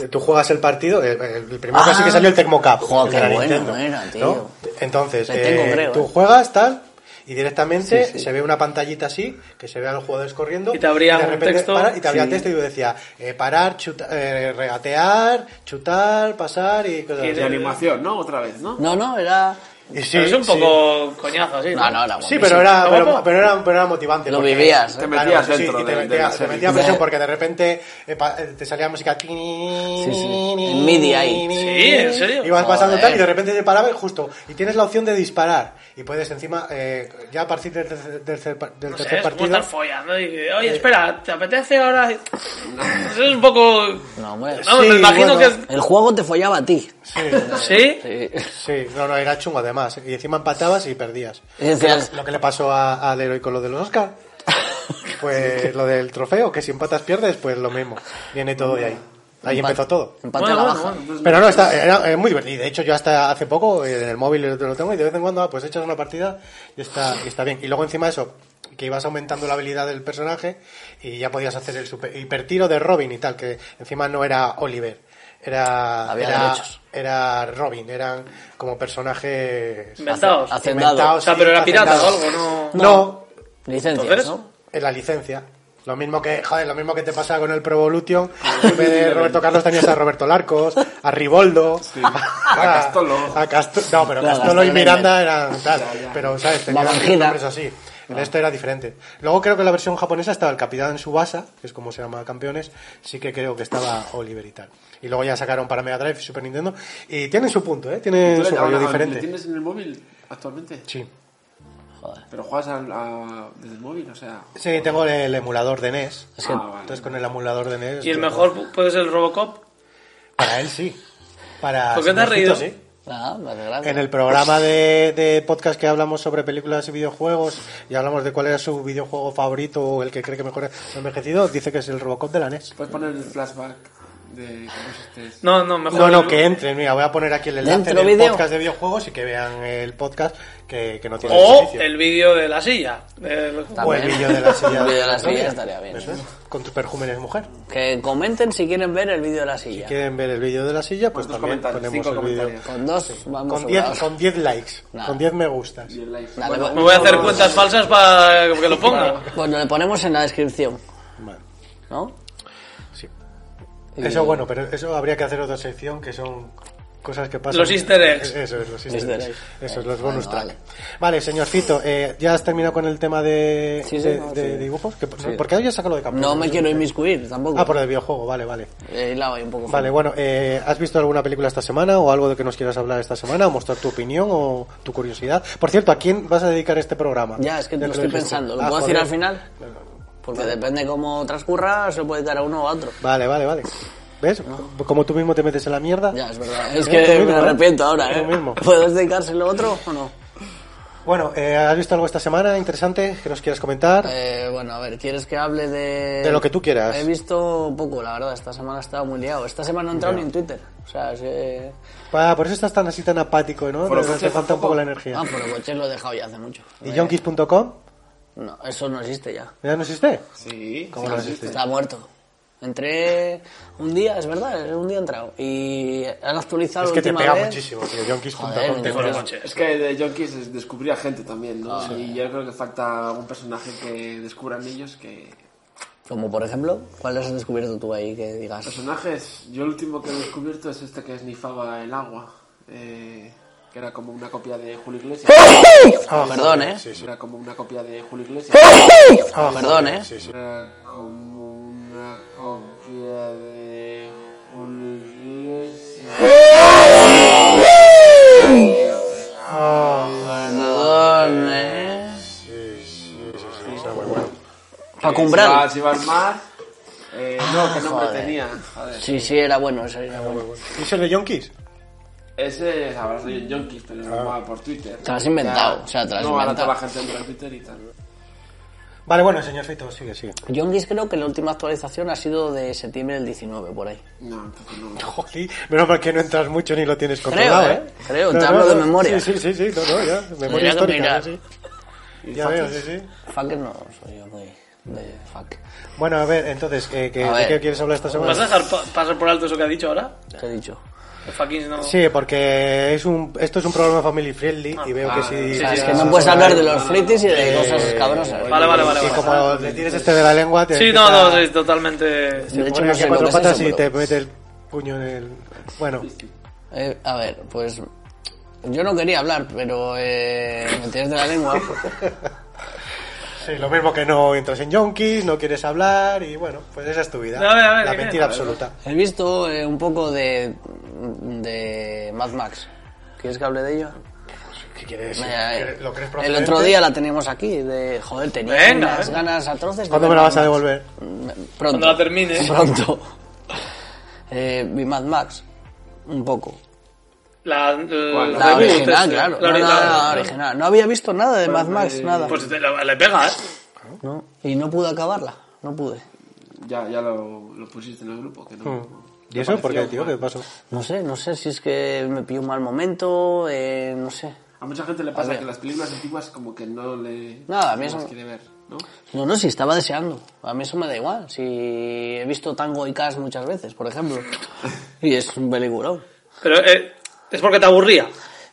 eh, tú juegas el partido, el, el- el primero Ah. casi que salió el Tecmo Cup, Jo, el qué de la bueno Nintendo, era, tío. ¿no? Entonces, Le tengo, eh, creo, tú eh. juegas tal y directamente se ve una pantallita así que se ve a los jugadores corriendo Y te abría de un repente texto. para- y te abría Sí. texto y decía eh, parar, chuta- eh, regatear, chutar, pasar y cosas Y así. De animación, ¿no? Otra vez, ¿no? No, no, era... Y sí, Pero es un sí. poco coñazo así. No, no, era Sí, guapísimo. pero era, ¿Está pero, guapo? pero era, pero era motivante. Lo porque- vivías, ¿eh? Te metías sí, dentro y te de- de metía, la te serie. metía presión Ya. porque de repente eh, pa- eh, te salía música. Sí, Sí, sí. En MIDI ahí. Sí, ¿en serio? Ibas pasando Joder. tal y de repente te paraba y justo. Y tienes la opción de disparar. Y puedes encima, eh, ya a partir del, tercer- del tercer pa- del No sé, tercer es como partido. estar follando y que, oye, espera, ¿te apetece ahora? Eso es un poco... No, hombre. Vamos, me imagino bueno. El juego te follaba a ti. que... ¿Sí? Sí, no, no, era chungo además. Y encima empatabas y perdías. Y decías, Lo que le pasó a, a Leroy con lo de los Oscar. Pues lo del trofeo, que si empatas pierdes, pues lo mismo. Viene todo de ahí. Ahí empezó todo. empate Bueno, a la bueno, baja. bueno, entonces- Pero no, está, pues- era, eh, muy divertido. Y De hecho, yo hasta hace poco eh, en el móvil lo tengo y de vez en cuando ah, pues echas una partida y está, y está bien. Y luego encima eso, que ibas aumentando la habilidad del personaje y ya podías hacer el super, hipertiro de Robin y tal, que encima no era Oliver. Era, Había era, derechos. era Robin, eran como personajes Inventados. Hace- Hacendado. O sea, pero era pirata o algo, no. ¿no? No, Licencias, Entonces- ¿no? en la licencia. Lo mismo que, joder, lo mismo que te pasa con el Pro Evolution. En vez de Roberto Carlos tenías a Roberto Larcos, a Riboldo, A Castolo. a Casto- no, pero Claro, Castolo y Castolo Miranda eran tal. Ya, ya. Pero, ¿sabes? Tenían Babangida. nombres así. En este era diferente. Luego creo que en la versión japonesa estaba el Capitán Subasa, que es como se llama Campeones. Sí que creo que estaba Oliver y tal. Y luego ya sacaron para Mega Drive y Super Nintendo. Y tienen su punto, ¿eh? Tienen su rollo ¿Le diferente. tienes en el móvil actualmente? Sí. Pero juegas al- a- desde el móvil, o sea... Sí, tengo el emulador de NES. Es que- Ah, vale. Entonces con el emulador de E NES. Y el yo- mejor puede ser el Robocop. Para él sí. Para ¿Por qué te has Señorcito, reído? sí. Ah, vale, gracias. En el programa de, de podcast que hablamos sobre películas y videojuegos y hablamos de cuál era su videojuego favorito o el que cree que mejor ha envejecido, dice que es el Robocop de la E NES. Puedes poner el flashback de cómo es este... No, no, mejor... No, no, que entren. Mira, voy a poner aquí el enlace Dentro del vídeo. podcast de videojuegos y que vean el podcast que, que no tiene O servicio. Oh, el vídeo de la silla. del- O el También. vídeo de la silla. El vídeo de la silla Victoria. estaría bien. Eso es. Con tus perjúmenes, mujer. Que comenten si quieren ver el vídeo de la silla. ¿Quieren ver el vídeo de la silla? Pues ¿Cuántos también comentarios? ponemos Cinco el vídeo. comentarios. Con dos vamos Con sobrados. 10 con 10 likes, Nah. con 10 me gustas. Y el live. Dale, Bueno, va- Me voy a hacer uno- cuentas falsas para que lo ponga. Bueno, le ponemos en la descripción, Vale. ¿no? Sí. Y- Eso bueno, pero eso habría que hacer otra sección que son cosas que pasan. Eh, Los easter eggs. Eso es, los easter Easter eggs. eggs. Eso es, Bueno, los bonus track. vale. Vale, señor Fito, eh, ¿ya has terminado con el tema de, Sí, sí, de, no, de sí. dibujos? Que- Sí. ¿Por qué hoy ya saca lo de campeón? No me quiero inmiscuir Ah, por tampoco. el videojuego, vale, vale. He hilado ahí un poco. Vale, bueno, eh, ¿has visto alguna película esta semana o algo de que nos quieras hablar esta semana o mostrar tu opinión o tu curiosidad? Por cierto, ¿a quién vas a dedicar este programa? Ya, es que Ya lo te estoy dijiste. pensando. ¿Lo Ah, puedo decir joder. al final? Porque depende cómo transcurra, se lo puede dar a uno o a otro. Vale, vale, vale. ¿Ves? Como tú mismo te metes en la mierda. Ya, es verdad. Es Eh, que tú mismo, me ¿eh? arrepiento ahora, Tú ¿eh? mismo. ¿Puedes dedicárselo a otro o no? Bueno, eh, ¿has visto algo esta semana interesante que nos quieras comentar? Eh, bueno, a ver, ¿quieres que hable de...? De lo que tú quieras. He visto poco, la verdad. Esta semana he estado muy liado. Esta semana no he entrado ni en Twitter. O sea, es que... Ah, por eso estás tan así tan apático, ¿no? Foro Te- Te Coches falta un poco tampoco. la energía. Ah, por el coche lo he dejado ya hace mucho. ¿Y yonkis.com? No, eso no existe ya. ¿Ya no existe? Sí. ¿Cómo no existe? Está muerto. Entré un día, es verdad, un día he entrado. Y han actualizado Es que la te última pega vez. muchísimo, tío. Yonkis.com. Joder, te- entonces- Es que de Yonkis es descubrir a gente también, ¿no? Y yo creo que falta algún personaje que descubran ellos que... Como por ejemplo, ¿cuál has descubierto tú ahí que digas? Personajes, yo el último que he descubierto es este que esnifaba el agua, eh, que era como una copia de Julio Iglesias. Ah, ¡Oh! Perdón, joder, ¿eh? ¡Oh! sí, sí. Era como una copia de Julio Iglesias. Ah, Perdón, joder, ¿eh? sí, sí. Era como una copia de Julio Iglesias. Perdón, ¿eh? Paco Se va- Umbral. se va al mar. Eh, no, qué nombre Joder. tenía. Joder. Sí, sí, era bueno, ese era bueno. ¿Y eso es de Yonkis? Ese habrá salido en Yonkis, pero no va por Twitter. Te lo has inventado, o sea, te lo has No, ahora inventado. toda la gente entra en Twitter y tal. Vale, bueno, señor Feito, sigue, sigue. Yonkis creo que la última actualización ha sido de septiembre del 19, por ahí. No, entonces no. Joder, menos mal que no entras mucho ni lo tienes controlado, Creo, ¿eh? ¿eh? Creo, te hablo de memoria. Sí, sí, sí, sí, no, no, ya. Memoria Tendría que histórica, mirar. sí, sí. Ya veo, sí, sí. Fucker no soy yo muy de fuck. Bueno, a ver, entonces, eh, que- A ¿de ver. qué quieres hablar esta semana? ¿Vas a dejar pa- pasar por alto eso que ha dicho ahora? Te he dicho. El fucking no. Sí, porque es un, esto es un programa family friendly y veo Ah, que si... O sea, es que no puedes hablar de los flitis y de Eh, cosas cabrosas. Vale, vale, vale. y vale. como le tires este de la lengua... Te Sí, empieza- no, no, sí, totalmente. De te hecho, pone no aquí sé lo cuatro que es patas eso, y te pero- mete el puño en el... Bueno, Eh, a ver, pues yo no quería hablar, pero eh, me tiras de la lengua. sí, lo mismo que no entras en yonkis, no quieres hablar y bueno, pues esa es tu vida. A ver, a ver, la ¿qué? mentira A ver. absoluta. He visto eh, un poco de, de Mad Max. ¿Quieres que hable de ello? ¿Qué quieres? Mira, eh, ¿Lo crees el procedente? otro día la teníamos aquí, de joder, tenía Venga, unas eh. ganas atroces. de ¿Cuándo me ver la Mad vas a Max. devolver? Pronto. Cuando la termine. Pronto. Eh, vi Mad Max, un poco. La, eh, la, ¿Cuál? La reboot esa. original, claro. La No, no, original. no, la original. No había visto nada de Mad Max, nada. Pues te la- le pega, ¿eh? No, Y no pude acabarla, no pude. Ya, ya lo, lo pusiste en el grupo, que no. ¿Y eso? ¿Por qué, Apareció, tío? ¿Qué pasó? No sé, no sé si es que me pilló un mal momento, eh, no sé. A mucha gente le pasa ver. que las películas antiguas como que no le... Nada, a mí no eso- las quiere ver, ¿no? No, no, si estaba deseando. A mí eso me da igual. Si he visto Tango y Cash muchas veces, por ejemplo. Y es un peliculón. Pero eh, es porque te aburría.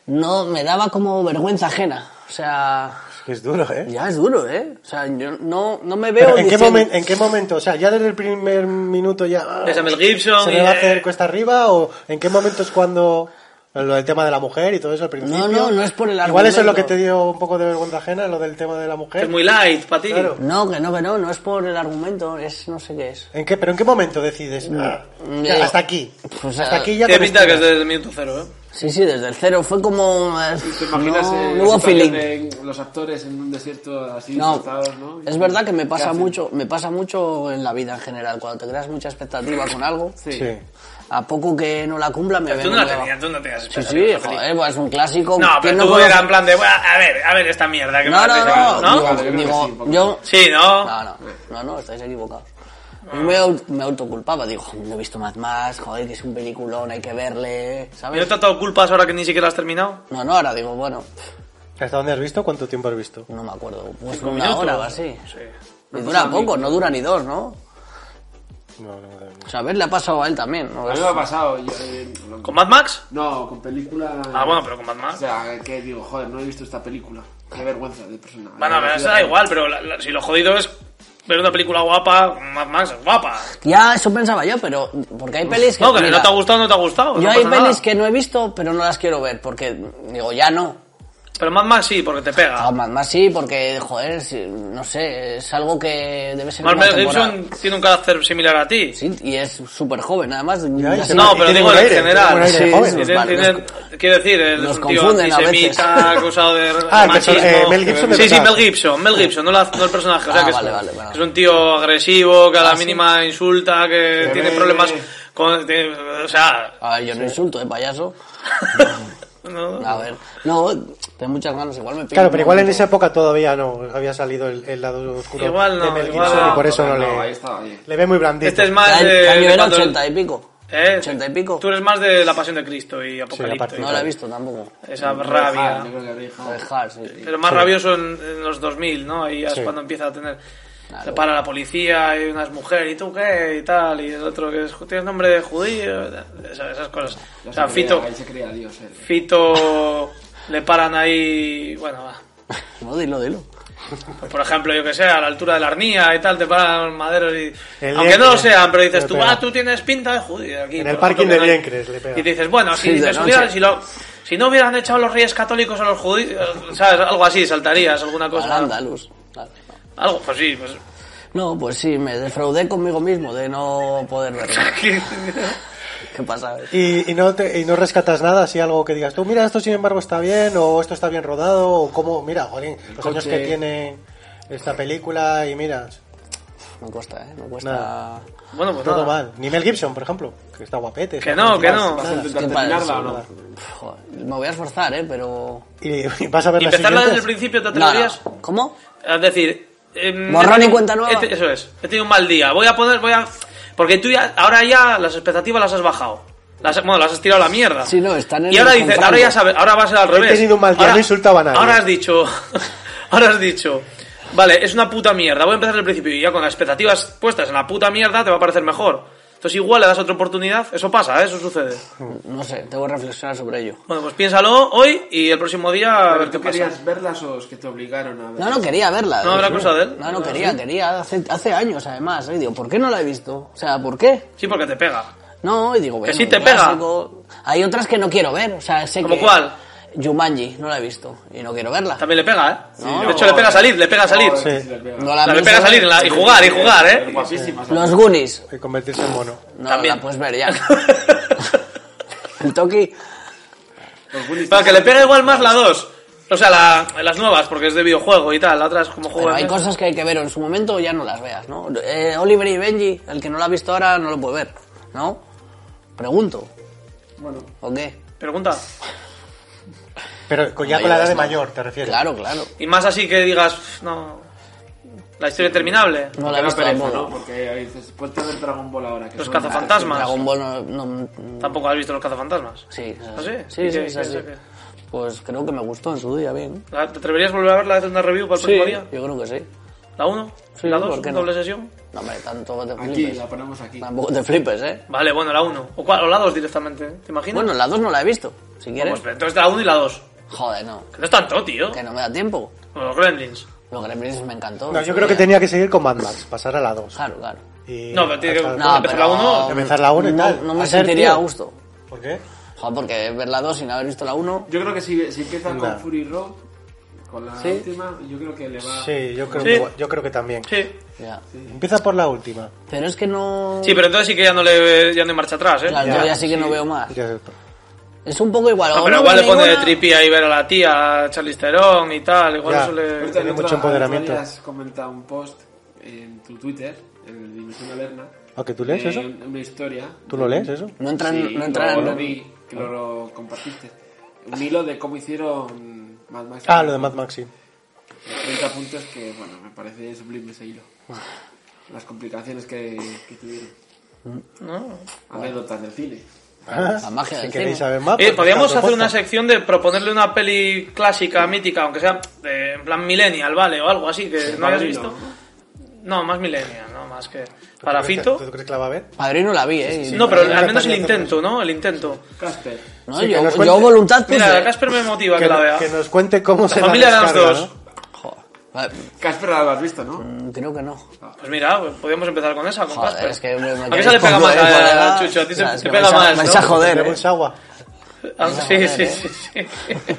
No, me daba como vergüenza ajena. O sea, Es duro, ¿eh? ya es duro, ¿eh? O sea, yo no, no me veo Pero, ¿en, qué diciendo- momento, ¿En qué momento? O sea, ya desde el primer minuto ya... Es a Mel Gibson. ¿Se y, le va a eh, hacer cuesta arriba o en qué momento es cuando lo del tema de la mujer y todo eso al principio? no, no es por el Igual eso es lo argumento. que te dio un poco de vergüenza ajena, lo del tema de la que mujer. es muy light para ti. Claro. No, que no, que no, no es por el argumento, es no sé qué es. ¿En qué, ¿Pero en qué momento decides? "Ah, ya, No. hasta aquí. Mm, eh, Pues, hasta ah, aquí ya Tiene con pinta esto que es ya". desde el minuto cero, ¿eh? Sí, sí, desde el cero. Fue como... eh, ¿Te imaginas no- eh, no hubo situación feeling. de los actores en un desierto así No, disfrazados, no? es verdad que me ¿Qué pasa hacen? mucho, me pasa mucho en la vida en general. Cuando te creas mucha expectativa con algo, Sí. a poco que no la cumpla me Tú vengo no la abajo. tenías, tú no tenías Sí, expectativas, sí, la peli. joder, pues es un clásico. No, ¿quién pero tú conoce? era en plan de, "Buah, a ver, a ver esta mierda que No, me no, habéis no, sacado", Yo no, creo que digo, sí, porque- yo... Sí, ¿no? No, no, no, no, estáis equivocados. Yo me, au- me autoculpaba, digo, joder, no he visto más más, joder, que es un peliculón, hay que verle, ¿Y no ¿sabes? te ha dado culpas ahora que ni siquiera has terminado? No, no, ahora digo, bueno, ¿Hasta dónde has visto? ¿Cuánto tiempo has visto? no me acuerdo, pues Cinco una minutos. hora o así. Sí. Y dura poco, no dura ni dos, ¿no? No, no, no. O sea, a ver, le ha pasado a él también. ¿no? A mí me ha pasado. yo, eh, lo- ¿Con Mad Max? No, con película... Ah, bueno, pero con Mad O Max. sea, que digo, joder, no he visto esta película. Qué vergüenza de persona. Bueno, La pero eso ciudad- da igual, pero la- la- si lo jodido es ver una película guapa, Mad Max es guapa. Ya, eso pensaba yo, pero. Porque hay pelis que. No, que si mira, no te ha gustado, no te ha gustado. Yo no hay pasa nada. pelis que no he visto, pero no las quiero ver, porque digo, ya no. Ah, Pero Mad Max sí, porque te pega. más, más sí, porque, joder, sí, no sé, es algo que debe ser. Mark una temporada. Gibson tiene un carácter similar a ti. Sí, y es súper joven, además. ya se se- va. No, Y pero tiene digo un en aire, tiene un general. aire Sí, joven. tiene- Nos- tiene- quiero decir, él nos es un tío confunden a antisemita, veces. acusado de Ah, el machismo. perso- eh, Mel Gibson de sí, sí, verdad. Mel Gibson, Mel Gibson, no, la- no el personaje. o sea Ah, que es- vale, vale, vale. Es un tío agresivo, que a la Ah, sí. mínima insulta, que tiene ve. problemas con... tiene- o sea... A ver, yo no insulto, eh, payaso. no. A ver, no, tengo muchas ganas, igual me pillo Claro, un pero igual en momento. esa época todavía no había salido el, el lado oscuro Igual no, de Mel Gibson igual y no, por eso no, no, le, ahí está, ahí. le ve muy blandito. Este es ¿Qué más año- de... qué año de era? cuando el- ¿80 y pico? ¿Eh? ¿80 y pico? Tú eres más de la pasión de Cristo y partir- Apocalipsis. No la he visto tampoco. Esa Ah, rabia. yo creo que Rey Hall. Dejar, sí, sí. Pero más rabioso en, en los 2000, ¿no? Ahí es Sí. cuando empieza a tener... Se para la policía y unas mujeres, ¿y tú qué? Y tal, y el otro que es, tienes nombre de judío, esas, esas cosas. Ya O sea, se crea- Fito, Ahí se crea Dios, eh. él. Fito le paran ahí, bueno, va. Pues, No, dilo, dilo. Por ejemplo, yo que sé, a la altura de la arnía y tal, te paran maderos y... El aunque no lo Liencres. sean, pero dices Le tú, pega. ah, tú tienes pinta de judío aquí. En el por ejemplo, parking que de no hay- Liencres le pega. Y dices, bueno, Sí, si, de les noche. hubieran- si, lo- si no hubieran echado los reyes católicos a los judíos, ¿sabes? Algo así, saltarías, alguna Al cosa. andaluz. Vale. Algo, pues sí, pues... No, pues sí, me defraudé conmigo mismo de no poder verlo. ¿Qué pasa? Y, y no te- y no rescatas nada, así algo que digas tú, mira, esto sin embargo está bien, o esto está bien rodado, o cómo, mira, jolín, los años coche. que tiene esta película, y mira, No cuesta, ¿eh? No cuesta... Nada. Bueno, pues todo nada. mal. Ni Mel Gibson, por ejemplo, que está guapete. Que está no, que guapo, no. nada. ¿Intentar qué padre, terminarla o sí, no? Joder, me voy a esforzar, ¿eh? Pero... Y, y vas a ver las Empezarla desde el siguientes. principio, ¿te No, no. atreverías? ¿Cómo? Es decir... em, Borrón he tenido- y cuenta nueva. he te- eso es. He tenido un mal día. Voy a poner, voy a... Porque tú ya, ahora ya las expectativas las has bajado. Las, bueno, las has tirado a la mierda. Sí, no, están en Y ahora el dices, confranco. ahora ya sabes, ahora va a ser al revés. tenido un mal día, Ahora- no insultaba a nadie. Ahora has dicho, ahora has dicho, vale, es una puta mierda, voy a empezar desde el principio y ya con las expectativas puestas en la puta mierda te va a parecer mejor. Entonces igual le das otra oportunidad, eso pasa, ¿eh? eso sucede. Mm. No sé, tengo que reflexionar sobre ello. Bueno, pues piénsalo hoy y el próximo día a Pero ver qué ¿Tú pasa. querías verlas o es que te obligaron a ver? No, no quería verla. ¿No habrá cosa de él? ¿Ah, No, no quería, quería. Hace, hace años, además. ¿eh? Y digo, ¿por qué no la he visto? O sea, ¿por qué? Sí, porque te pega. No, y digo, bueno, sí un te pega. clásico. Hay otras que no quiero ver. O sea, sé ¿Cómo que... cuál? Jumanji, no la he visto. Y no quiero verla. También le pega, ¿eh? No, de hecho, le pega salir, le pega Oh, salir. Joder, Sí. si las veo. No O sea, le pienso pega ver. salir en la- y jugar, y jugar, Pero ¿eh? Guapísimas. Los Goonies. Y convertirse en mono. No, También. la puedes ver ya. El Toki. Los Goonies. Para que le pega igual más la 2. O sea, la- las nuevas, porque es de videojuego y tal. La otra es como juego Pero de hay mesa. cosas que hay que ver o en su momento ya no las veas, ¿no? Eh, Oliver y Benji, el que no lo ha visto ahora no lo puede ver, ¿no? Pregunto. Bueno, ¿O qué? Pregunta. Pero con- ya No, con la yo edad de no. mayor, te refieres. Claro, claro. Y más así que digas, no. La historia interminable. No la he era visto pereza, tampoco. ¿no? Porque ahí dices, ponte a ver Dragon Ball ahora. Que Los son- cazafantasmas. Dragon Ball no... no- Tampoco has visto los cazafantasmas. ¿Ah, sí, es así. sí? sí, ¿Y sí, qué- es qué- así. qué- qué? Pues creo que me gustó en su día, bien. ¿La- ¿Te atreverías a volver a verla hacer una review para el yo próximo día? creo que sí. ¿La 1? Sí, ¿La ¿por 2? qué no? ¿Doble sesión? No, hombre, tanto te Aquí, flipes. la ponemos aquí. Tampoco te flipes, ¿eh? Vale, bueno, la 1. ¿O, cuál? o la 2 directamente, ¿eh? ¿te imaginas? Bueno, la 2 no la he visto, si Vamos, quieres. pero entonces la 1 y la 2. Joder, no. Que no es tanto, tío. Que no me da tiempo. O los Gremlins. Los Gremlins me encantó. No, en yo su creo que día. tenía que seguir con Mad Max, pasar a la 2. Claro, claro. Y- No, pero tiene que- hasta- No, No, empezar pero... la uno, empezar la uno y no, tal. No me A ser, sentiría tío. a gusto. ¿Por qué? Joder, porque ver la 2 sin haber visto la 1... Yo creo que si, si empieza Anda. con Fury Road, con la Sí. última, yo creo que le va... Sí, yo creo, Sí. Que, yo creo que también. Sí. Ya. Empieza por la última. Pero es que no... Sí, pero entonces sí que ya no le ya no hay marcha atrás, ¿eh? Claro, Ya, yo ya sí que no veo más. Ya sé. Es un poco igual. No, o Ah, pero no igual le veo pone de ninguna- tripia y ver a la tía, a Charlize Theron y tal. Igual Ya. eso le... Eh, Ahorita tiene en mucho otra- empoderamiento. tú habías comentado un post en tu Twitter, en el Dimensión Alerna. ¿Ah, que tú lees de eso? un- Una historia. ¿Tú lo lees eso? No entran... Sí, no entran lo, lo vi, que lo, lo compartiste. Un hilo de cómo hicieron Mad Max. Ah, lo de Mad Max, sí. 30 puntos que, bueno, me parece sublime ese hilo. Las complicaciones que, que tuvieron. Anécdotas del cine. La magia Si del queréis cine. saber más. Eh, pues, podríamos claro, hacer una posta. sección de proponerle una peli clásica, mítica, aunque sea de- en plan millennial, ¿vale? O algo así que no hayas Padrino, visto. No, más millennial, ¿no? Más que... Para ¿Tú crees Fito... que- ¿Tú crees que la va a ver? Padrino la vi, ¿eh? y- No, pero Padrino al menos el también hace intento, ¿no? El intento. Casper. No, Sí, que yo, nos yo cuente. voluntad puse. Mira, Casper me motiva que la vea. nos cuente cómo La se familia de la las descarga, dos. ¿no? Joder, Vale, Casper la has visto, ¿no? mm, Creo que no. Pues mira, pues podríamos empezar con esa, con Joder, Casper. es que me- me ¿A quedé qué se le pega como más ahí a, para- Chucho? A ti se Ostras, te que pega vais a- más, vais ¿no? a joder, Tenemos eh. agua. Ah, vais a sí, joder, sí, eh. sí, sí.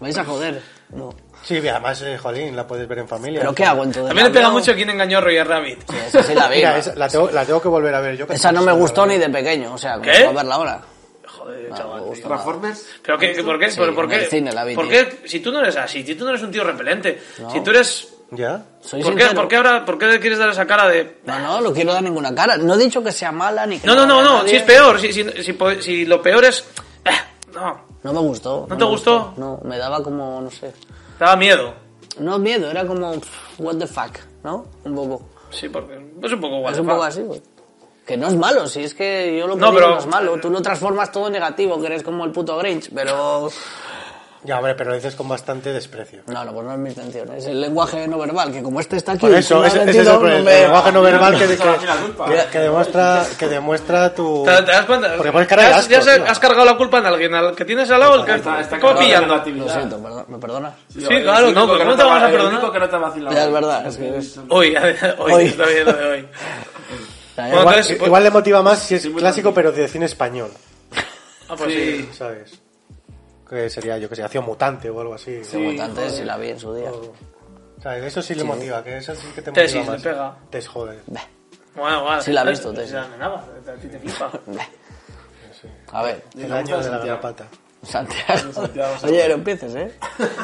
Vais a joder. No. Sí, además, eh, jolín, la puedes ver en familia. ¿Pero qué hago entonces? También le pega ¿La veo? mucho quien engañó a Roger Rabbit. Sí, Pues Esa sí la vi. Mira, ¿no? esa, la, tengo, la tengo que volver a ver yo. que Esa no me tengo que gustó ni verla. de pequeño, o sea, como ¿Qué? a verla ahora. Joder, No, chaval. me tío. gusta nada. ¿Transformers? ¿Pero qué? ¿Por qué? Sí, ¿Por, por en qué? el cine la vi, ¿Por tío. qué? Si tú no eres así, si tú no eres un tío repelente, No. si tú eres... ¿Ya? Soy ¿Por qué, sincero. por qué ahora, por qué le quieres dar esa cara de... No, no, no quiero dar ninguna cara. No he dicho que sea mala ni que No, no, no, haya no, nadie. si es peor, si, si, si, po- si lo peor es... Eh, no, No me gustó. ¿No te me gustó? No, me daba como, no sé. te da miedo. No miedo, era como, pff, what the fuck, ¿no? Un poco. Sí, porque es un poco guay. es un poco así, güey. Que no es malo, si es que yo lo que No, digo pero- no es malo. Tú lo transformas todo en negativo, que eres como el puto Grinch, pero... Ya, hombre, pero lo dices con bastante desprecio. No, no, pues no es mi intención. Es el lenguaje no verbal, que como este está aquí... Por eso, encima ese, del ese es el título, problema. no El me- lenguaje no verbal que, Esa es la culpa. que- que demuestra, que demuestra tu... ¿Te, te das cuenta? Porque pones cara de Ya has- asco, ya se- tío. has cargado la culpa en alguien, al que tienes al lado, el que Está, Ah, está ¿Cómo cargado de pillando. negatividad. Lo siento, perdón, ¿me perdonas? Sí, claro, el no, único porque que no te vamos a va- perdonar. El único que no te vacila. Ya, es verdad, es que es- Hoy, hoy, Hoy. está bien lo de hoy. O sea, Bueno, igual- entonces, pues- Igual le motiva más si es clásico, pero de cine español, Ah, pues sí. ¿sabes? Que sería, yo que sé, acción mutante o algo así. Como tanto, si la vi en su día. ¿Sabes? Eso sí le motiva, que eso sí que te motiva Tesis, más. le pega. Te jode. Bueno, bueno. Sí la has visto, te Tess. A ti te flipa. A ver, El año de la garrapata. Santiago. Oye, no empieces, ¿eh?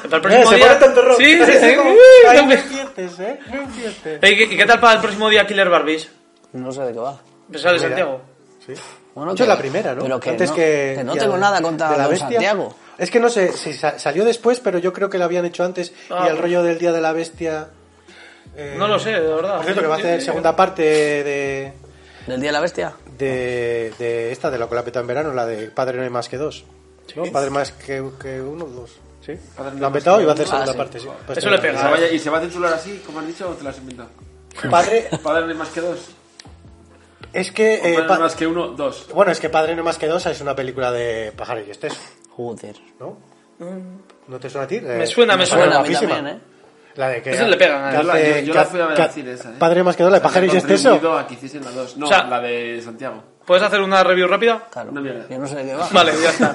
Para el próximo se día... pone tanto rojo. Sí, sí, sí. Ay, Uy, Ay, también. no empieces, ¿eh? No empieces. Ey, ¿qué- ¿Y qué tal para el próximo día Killer Barbies? No sé de qué va. ¿Te sale Pues Mira. Santiago? Sí. Bueno, Yo que- la primera, ¿no? Pero que Antes no, que, que no que tengo al- nada contra de la Don bestia. Santiago. Es que no sé, si sa- salió después, pero yo creo que la habían hecho antes Ah, y el pues- rollo del Día de la Bestia... eh, No lo sé, de verdad. Eh, Por cierto, que va a hacer segunda parte de, ¿Del Día de la Bestia? de, de esta, de la colapeta en verano, la de Padre no hay más que dos. ¿no? Padre más que, que uno, dos. ¿Sí? Padre Lo no hay han más vetado que y va a hacer uno. segunda Ah, sí. parte, sí. Pues Eso le tengo- Y pega. se, vaya- y se va a titular así, como has dicho, o te la has inventado. Padre, Padre no hay más que dos. es que... eh, Padre no pa- hay más que uno, dos. Bueno, es que Padre no hay más que dos es una película de Pájaro y Estés, Joder. ¿no? ¿No te suena a ti? Eh, Me suena, me suena. Bueno, a mí guapísima. también, ¿eh? La de que. Esa le pegan, que ¿eh? Yo la- hace- yo- yo que la ha- fui a ver que al ha- cine esa, ¿eh? Padre más que dos, la de O sea, pájaro que y he exceso. contribuido a que hiciesen la dos. No, O sea- la de Santiago. ¿Puedes hacer una review rápida? Claro. Una mierda. Yo no sé de qué va. Vale, ya está.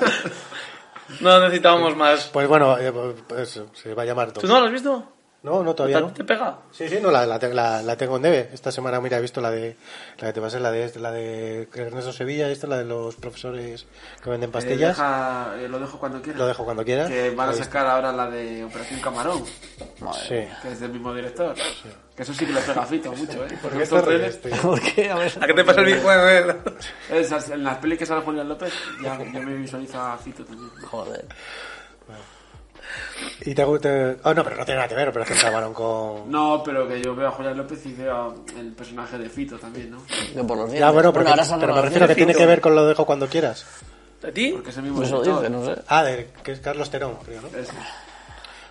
No necesitábamos más. Pues bueno, eh, pues, se va a llamar dos. ¿Tú no lo has visto? No, no, todavía no. ¿Te, te pega? Sí, sí, no, la, la, te- la- la tengo en debe. Esta semana, mira, he visto la de. La que te pasé, la de, este, la de Ernesto Sevilla, esta, la de los profesores que venden Eh, pastillas. deja- eh, lo dejo cuando quiera. Lo dejo cuando quiera. Que van a Ahí sacar ahora la de Operación Camarón, Sí. que es del mismo director. Que eso sí que le pega a Fito mucho, ¿eh? ¿Por Porque qué estos te ríes, trailers- tío? ¿Por qué? A ver. ¿A qué te pasa el vídeo? Bueno, bueno. Esas- en las pelis que sale Julián López, ya, ya me visualiza a Fito también. Joder. Y te gusta. Oh, no, pero no tiene nada que ver, pero es que acabaron con. No, pero que yo veo a Julián López y veo el personaje de Fito también, ¿no? Que por los días. Ya, bueno, porque, ahora salen pero me los refiero que viernes. tiene que ver con lo dejo cuando quieras. ¿A ti? Porque es el mismo Pues eso dice, director. no sé. Ah, de, que es Carlos Terón, creo, ¿no? Eso.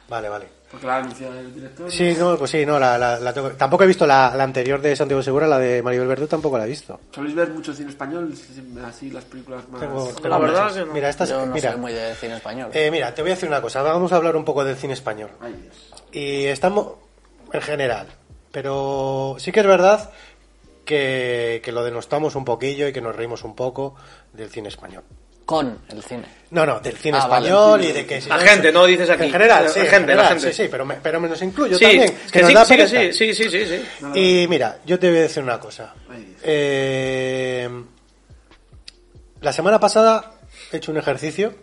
Vale, vale. Porque la ha anunciado el director. Sí, no, pues sí, no, la, la- la tengo- tampoco he visto la, la anterior de Santiago Segura, la de Maribel Verdú tampoco la he visto. ¿Soléis ver mucho cine español? Sí, Así las películas más... Tengo- tengo La verdad muchas. que no. Mira, esta es- Yo no mira, soy muy de cine español. eh, mira, te voy a decir una cosa, vamos a hablar un poco del cine español. Ay, Dios. Y estamos en general, pero sí que es verdad que, que lo denostamos un poquillo y que nos reímos un poco del cine español. Con el cine. No, no, del cine Ah, vale, español y de que... si La gente, no dices aquí. En general, La sí, en gente, la general, gente. sí, sí, pero me, pero me los incluyo sí, también. que nos sí, da sí, que pereza. sí, sí, sí, sí, sí. Y mira, yo te voy a decir una cosa. Ay, Dios. Eh, la semana pasada he hecho un ejercicio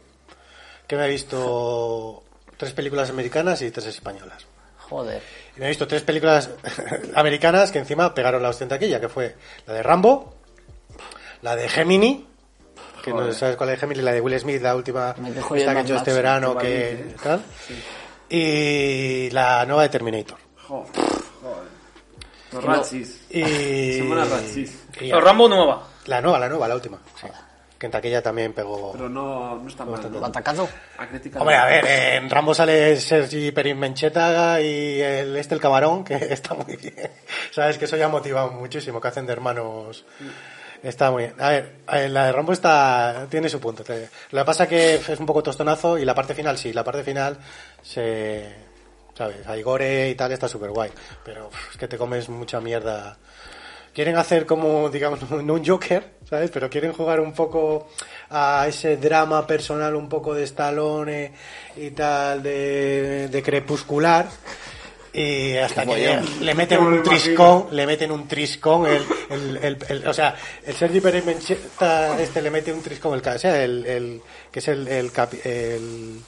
que me he visto tres películas americanas y tres españolas. Joder. Y me he visto tres películas americanas que encima pegaron la hostia en taquilla, que fue la de Rambo, la de Gemini, que no sabes cuál es Gemini, la de Will Smith, la última Me esta dejó que ya he Mad hecho este Max, verano, qué que valiente, ¿eh? tal, y la nueva de Terminator. Joder, joder. Los Ratchis. Y, Semana Ratchis. y- Pero Rambo nueva. La nueva, la nueva, la última. sí. Que en taquilla también pegó. Pero no, no está mal, ¿no? ¿Batacazo? A crítica... Hombre, a ver, en Rambo sale Sergi Perin Mencheta y el, este el camarón, que está muy bien. Sabes que eso ya ha motivado muchísimo, que hacen de hermanos. Está muy bien. A ver, eh, la de Rambo está, tiene su punto. Te- Lo que pasa que es un poco tostonazo y la parte final, sí, la parte final se, ¿sabes? Hay gore y tal, está súper guay, pero uf, es que te comes mucha mierda. Quieren hacer como, digamos, no un Joker, ¿sabes? Pero quieren jugar un poco a ese drama personal, un poco de Stallone eh, y tal, de, de crepuscular. Y hasta que le, le meten un triscón, le meten un triscón, el, el, el- el- o sea, el Sergi Pérez Mencheta, este le mete un triscón, el, ca- o sea, el, el- que es el, el, capi- el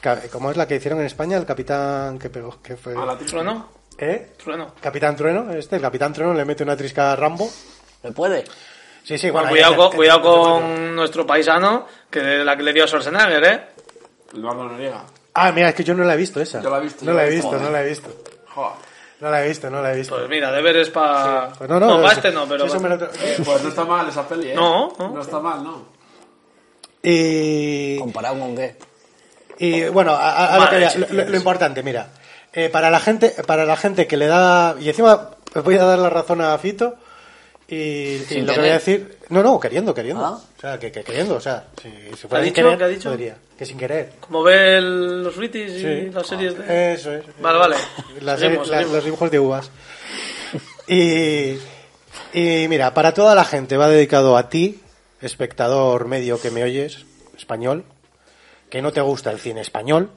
ca- ¿cómo es la que hicieron en España? El capitán que pegó, que fue, Trueno, ¿eh? trueno. Capitán Trueno, este, el Capitán Trueno le mete una trisca a Rambo. ¿Me puede? Sí, sí, bueno, Bueno, cuidado, ahí está, con, cuidado que- con nuestro paisano, que de la que le dio a Schwarzenegger, ¿eh? Eduardo Noriega. Ah, mira, es que yo no la he visto esa. Yo la he visto, No yo la la he he visto, visto, no la he visto. Joder. No la he visto, no la he visto. Pues mira, deberes para... Pues no, no, para eso- este no, pero... eso me lo tra- Eh, pues no está mal esa peli, ¿eh? No, no. No está mal, ¿no? Y, ¿Comparado con qué? y, bueno, a- a- a lo, Madre que- leche, lo- tienes. lo importante, mira, eh, para la gente, para la gente que le da y encima os voy a dar la razón a Fito y, y lo que Sin querer. voy a decir, no, no, queriendo, queriendo, Ah. o sea, que, que queriendo, o sea, si, si fuera ha sin dicho? querer, ¿Qué ha dicho? podría, que sin querer. Como ve el- los ritis y Sí. Eh, las series de... Eso es. Vale, vale. Las- Seguimos, las- seguimos. los dibujos de uvas. Y, y mira, para toda la gente va dedicado a ti, espectador medio que me oyes, español, que no te gusta el cine español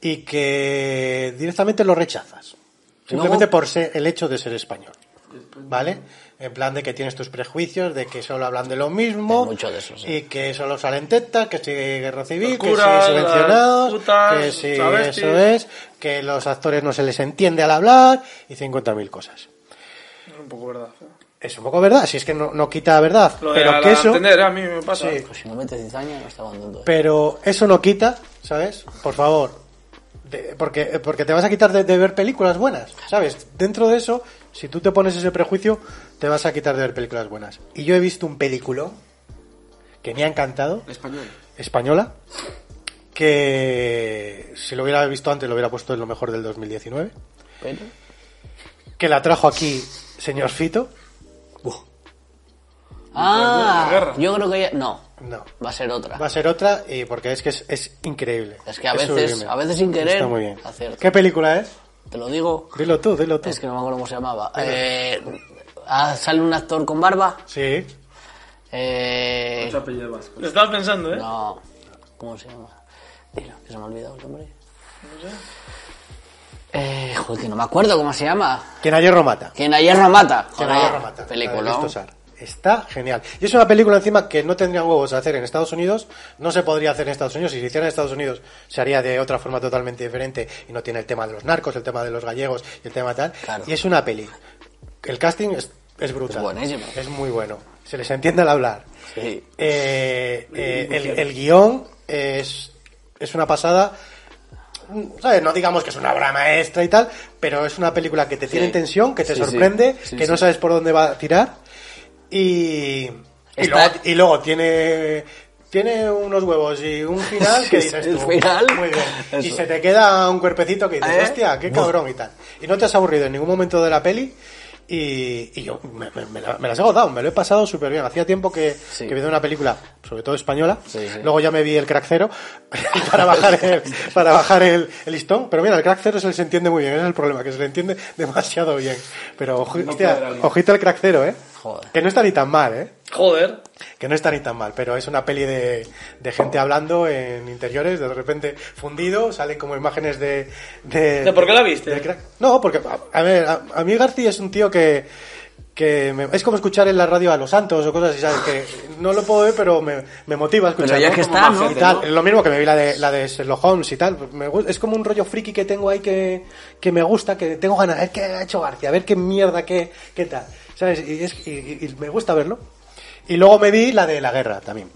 y que directamente lo rechazas. Simplemente por ser el hecho de ser español. ¿Vale? En plan de que tienes tus prejuicios, de que solo hablan de lo mismo. Hay mucho de eso, sí. Y que solo salen tetas, que si guerra civil, Los que si curas, subvencionados, las putas, que si travestis. eso es, que los actores no se les entiende al hablar y 50.000 cosas. Es un poco verdad. Es un poco verdad, si es que no, no quita verdad, Lo de pero la- que eso, entender, a mí me pasa. sí, Pues si no metes cizaña, no está contento. pero eso no quita, ¿sabes? Por favor, de- porque, porque te vas a quitar de, de ver películas buenas, ¿sabes? Dentro de eso, si tú te pones ese prejuicio, te vas a quitar de ver películas buenas. Y yo he visto un película que me ha encantado, Español. española que si lo hubiera visto antes lo hubiera puesto en lo mejor del 2019 Pero, que la trajo aquí señor Fito Ah, yo creo que ya- no, no va a ser otra. va a ser otra y porque es que es, es increíble Es que a veces- sublime. a veces sin querer, está muy bien aciertas. qué película es Te lo digo, dilo tú dilo tú es que no me acuerdo cómo se llamaba. Eh, ah, sale un actor con barba. sí Eh, Mucho apellido vasco. Lo estaba pensando, ¿eh? no, ¿cómo se llama? Dilo, que se me ha olvidado el nombre. Eh, joder, que no me acuerdo cómo se llama. quien ayer lo mata Quien ayer no mata. Quien Joder, ayer lo mata La de Película. Cristo Sar. está genial y es una película encima que no tendrían huevos a hacer en Estados Unidos no se podría hacer en Estados Unidos si se hiciera en Estados Unidos se haría de otra forma totalmente diferente y no tiene el tema de los narcos el tema de los gallegos y el tema tal Claro. y es una peli el casting es, es brutal Es buenísimo. Es muy bueno se les entiende al hablar Sí. eh, eh, el, el guión es, es una pasada. Mm, ¿sabes? No digamos que es una obra maestra y tal, pero es una película que te tiene en tensión, que te Sí, sí. sorprende, Sí, que sí. no sabes por dónde va a tirar. Y, y, Está- luego, y luego tiene tiene unos huevos y un final que dices El tú, final. muy bien. y Eso. se te queda un cuerpecito que dices ¿Eh? hostia qué cabrón y tal y no te has aburrido en ningún momento de la peli y, y yo me, me- me la- me las he gozado me lo he pasado súper bien hacía tiempo que, Sí. que vi una película sobre todo española Sí, sí. luego ya me vi el crack cero para bajar el, para bajar el, el listón pero mira el crack cero se les entiende muy bien ese es el problema que se le entiende demasiado bien pero ojo- hostia, puede realmente. ojito al crack cero eh Joder. que no está ni tan mal eh Joder. que no está ni tan mal, pero es una peli de, de gente hablando en interiores, de repente fundido, salen como imágenes de... ¿De, ¿De por qué la viste? del crack. No, porque, a, a ver, a, a mí García es un tío que... que me- es como escuchar en la radio a los santos o cosas así, ¿sabes? Que no lo puedo ver, pero me, me motiva a escuchar. Pero ya ¿no? que Como está, más ¿no? gente, y tal. Lo mismo que me vi la de, la de Sherlock Holmes y tal. Me gu- es como un rollo friki que tengo ahí que, que me gusta, que tengo ganas. A ver qué ha hecho García, a ver qué mierda, qué, qué tal. ¿Sabes? Y, es- y- y- y me gusta verlo. Y luego me vi la de la guerra también.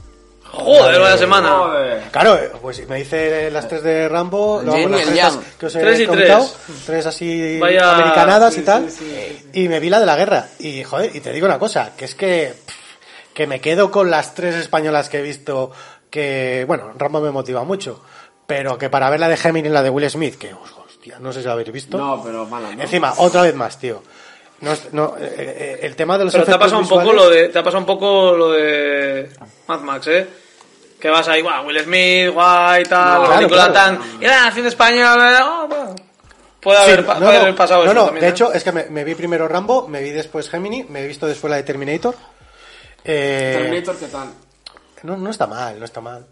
Joder, vaya semana. Joder. Claro, eh, pues me hice las tres de Rambo, El luego yin y las el tres yang. as- que os he Tres y contado, tres así Vaya- americanadas y sí, tal, sí, sí, y me vi la de la guerra. Y joder, y te digo una cosa, que es que pff, que me quedo con las tres españolas que he visto, que bueno, Rambo me motiva mucho, pero que para ver la de Gemini y la de Will Smith, que hostia, no sé si la habéis visto. No, pero mala, ¿no? Encima, otra vez más, tío. No es- no, eh, eh, el tema de los Pero te ha efectos pasado un poco visuales- lo de. Te ha pasado un poco lo de. Mad Max, ¿eh? Que vas ahí, guau, Will Smith, guay, tal, claro, Nicolás claro. Tan, y la nación española, oh, bueno. Puede Sí, haber, pa- puede haber pasado no, eso no, también, de ¿eh? hecho, es que me, me vi primero Rambo, me vi después Gemini, me he visto después la de Terminator. Eh, Terminator, ¿qué tal? No, no está mal, no está mal.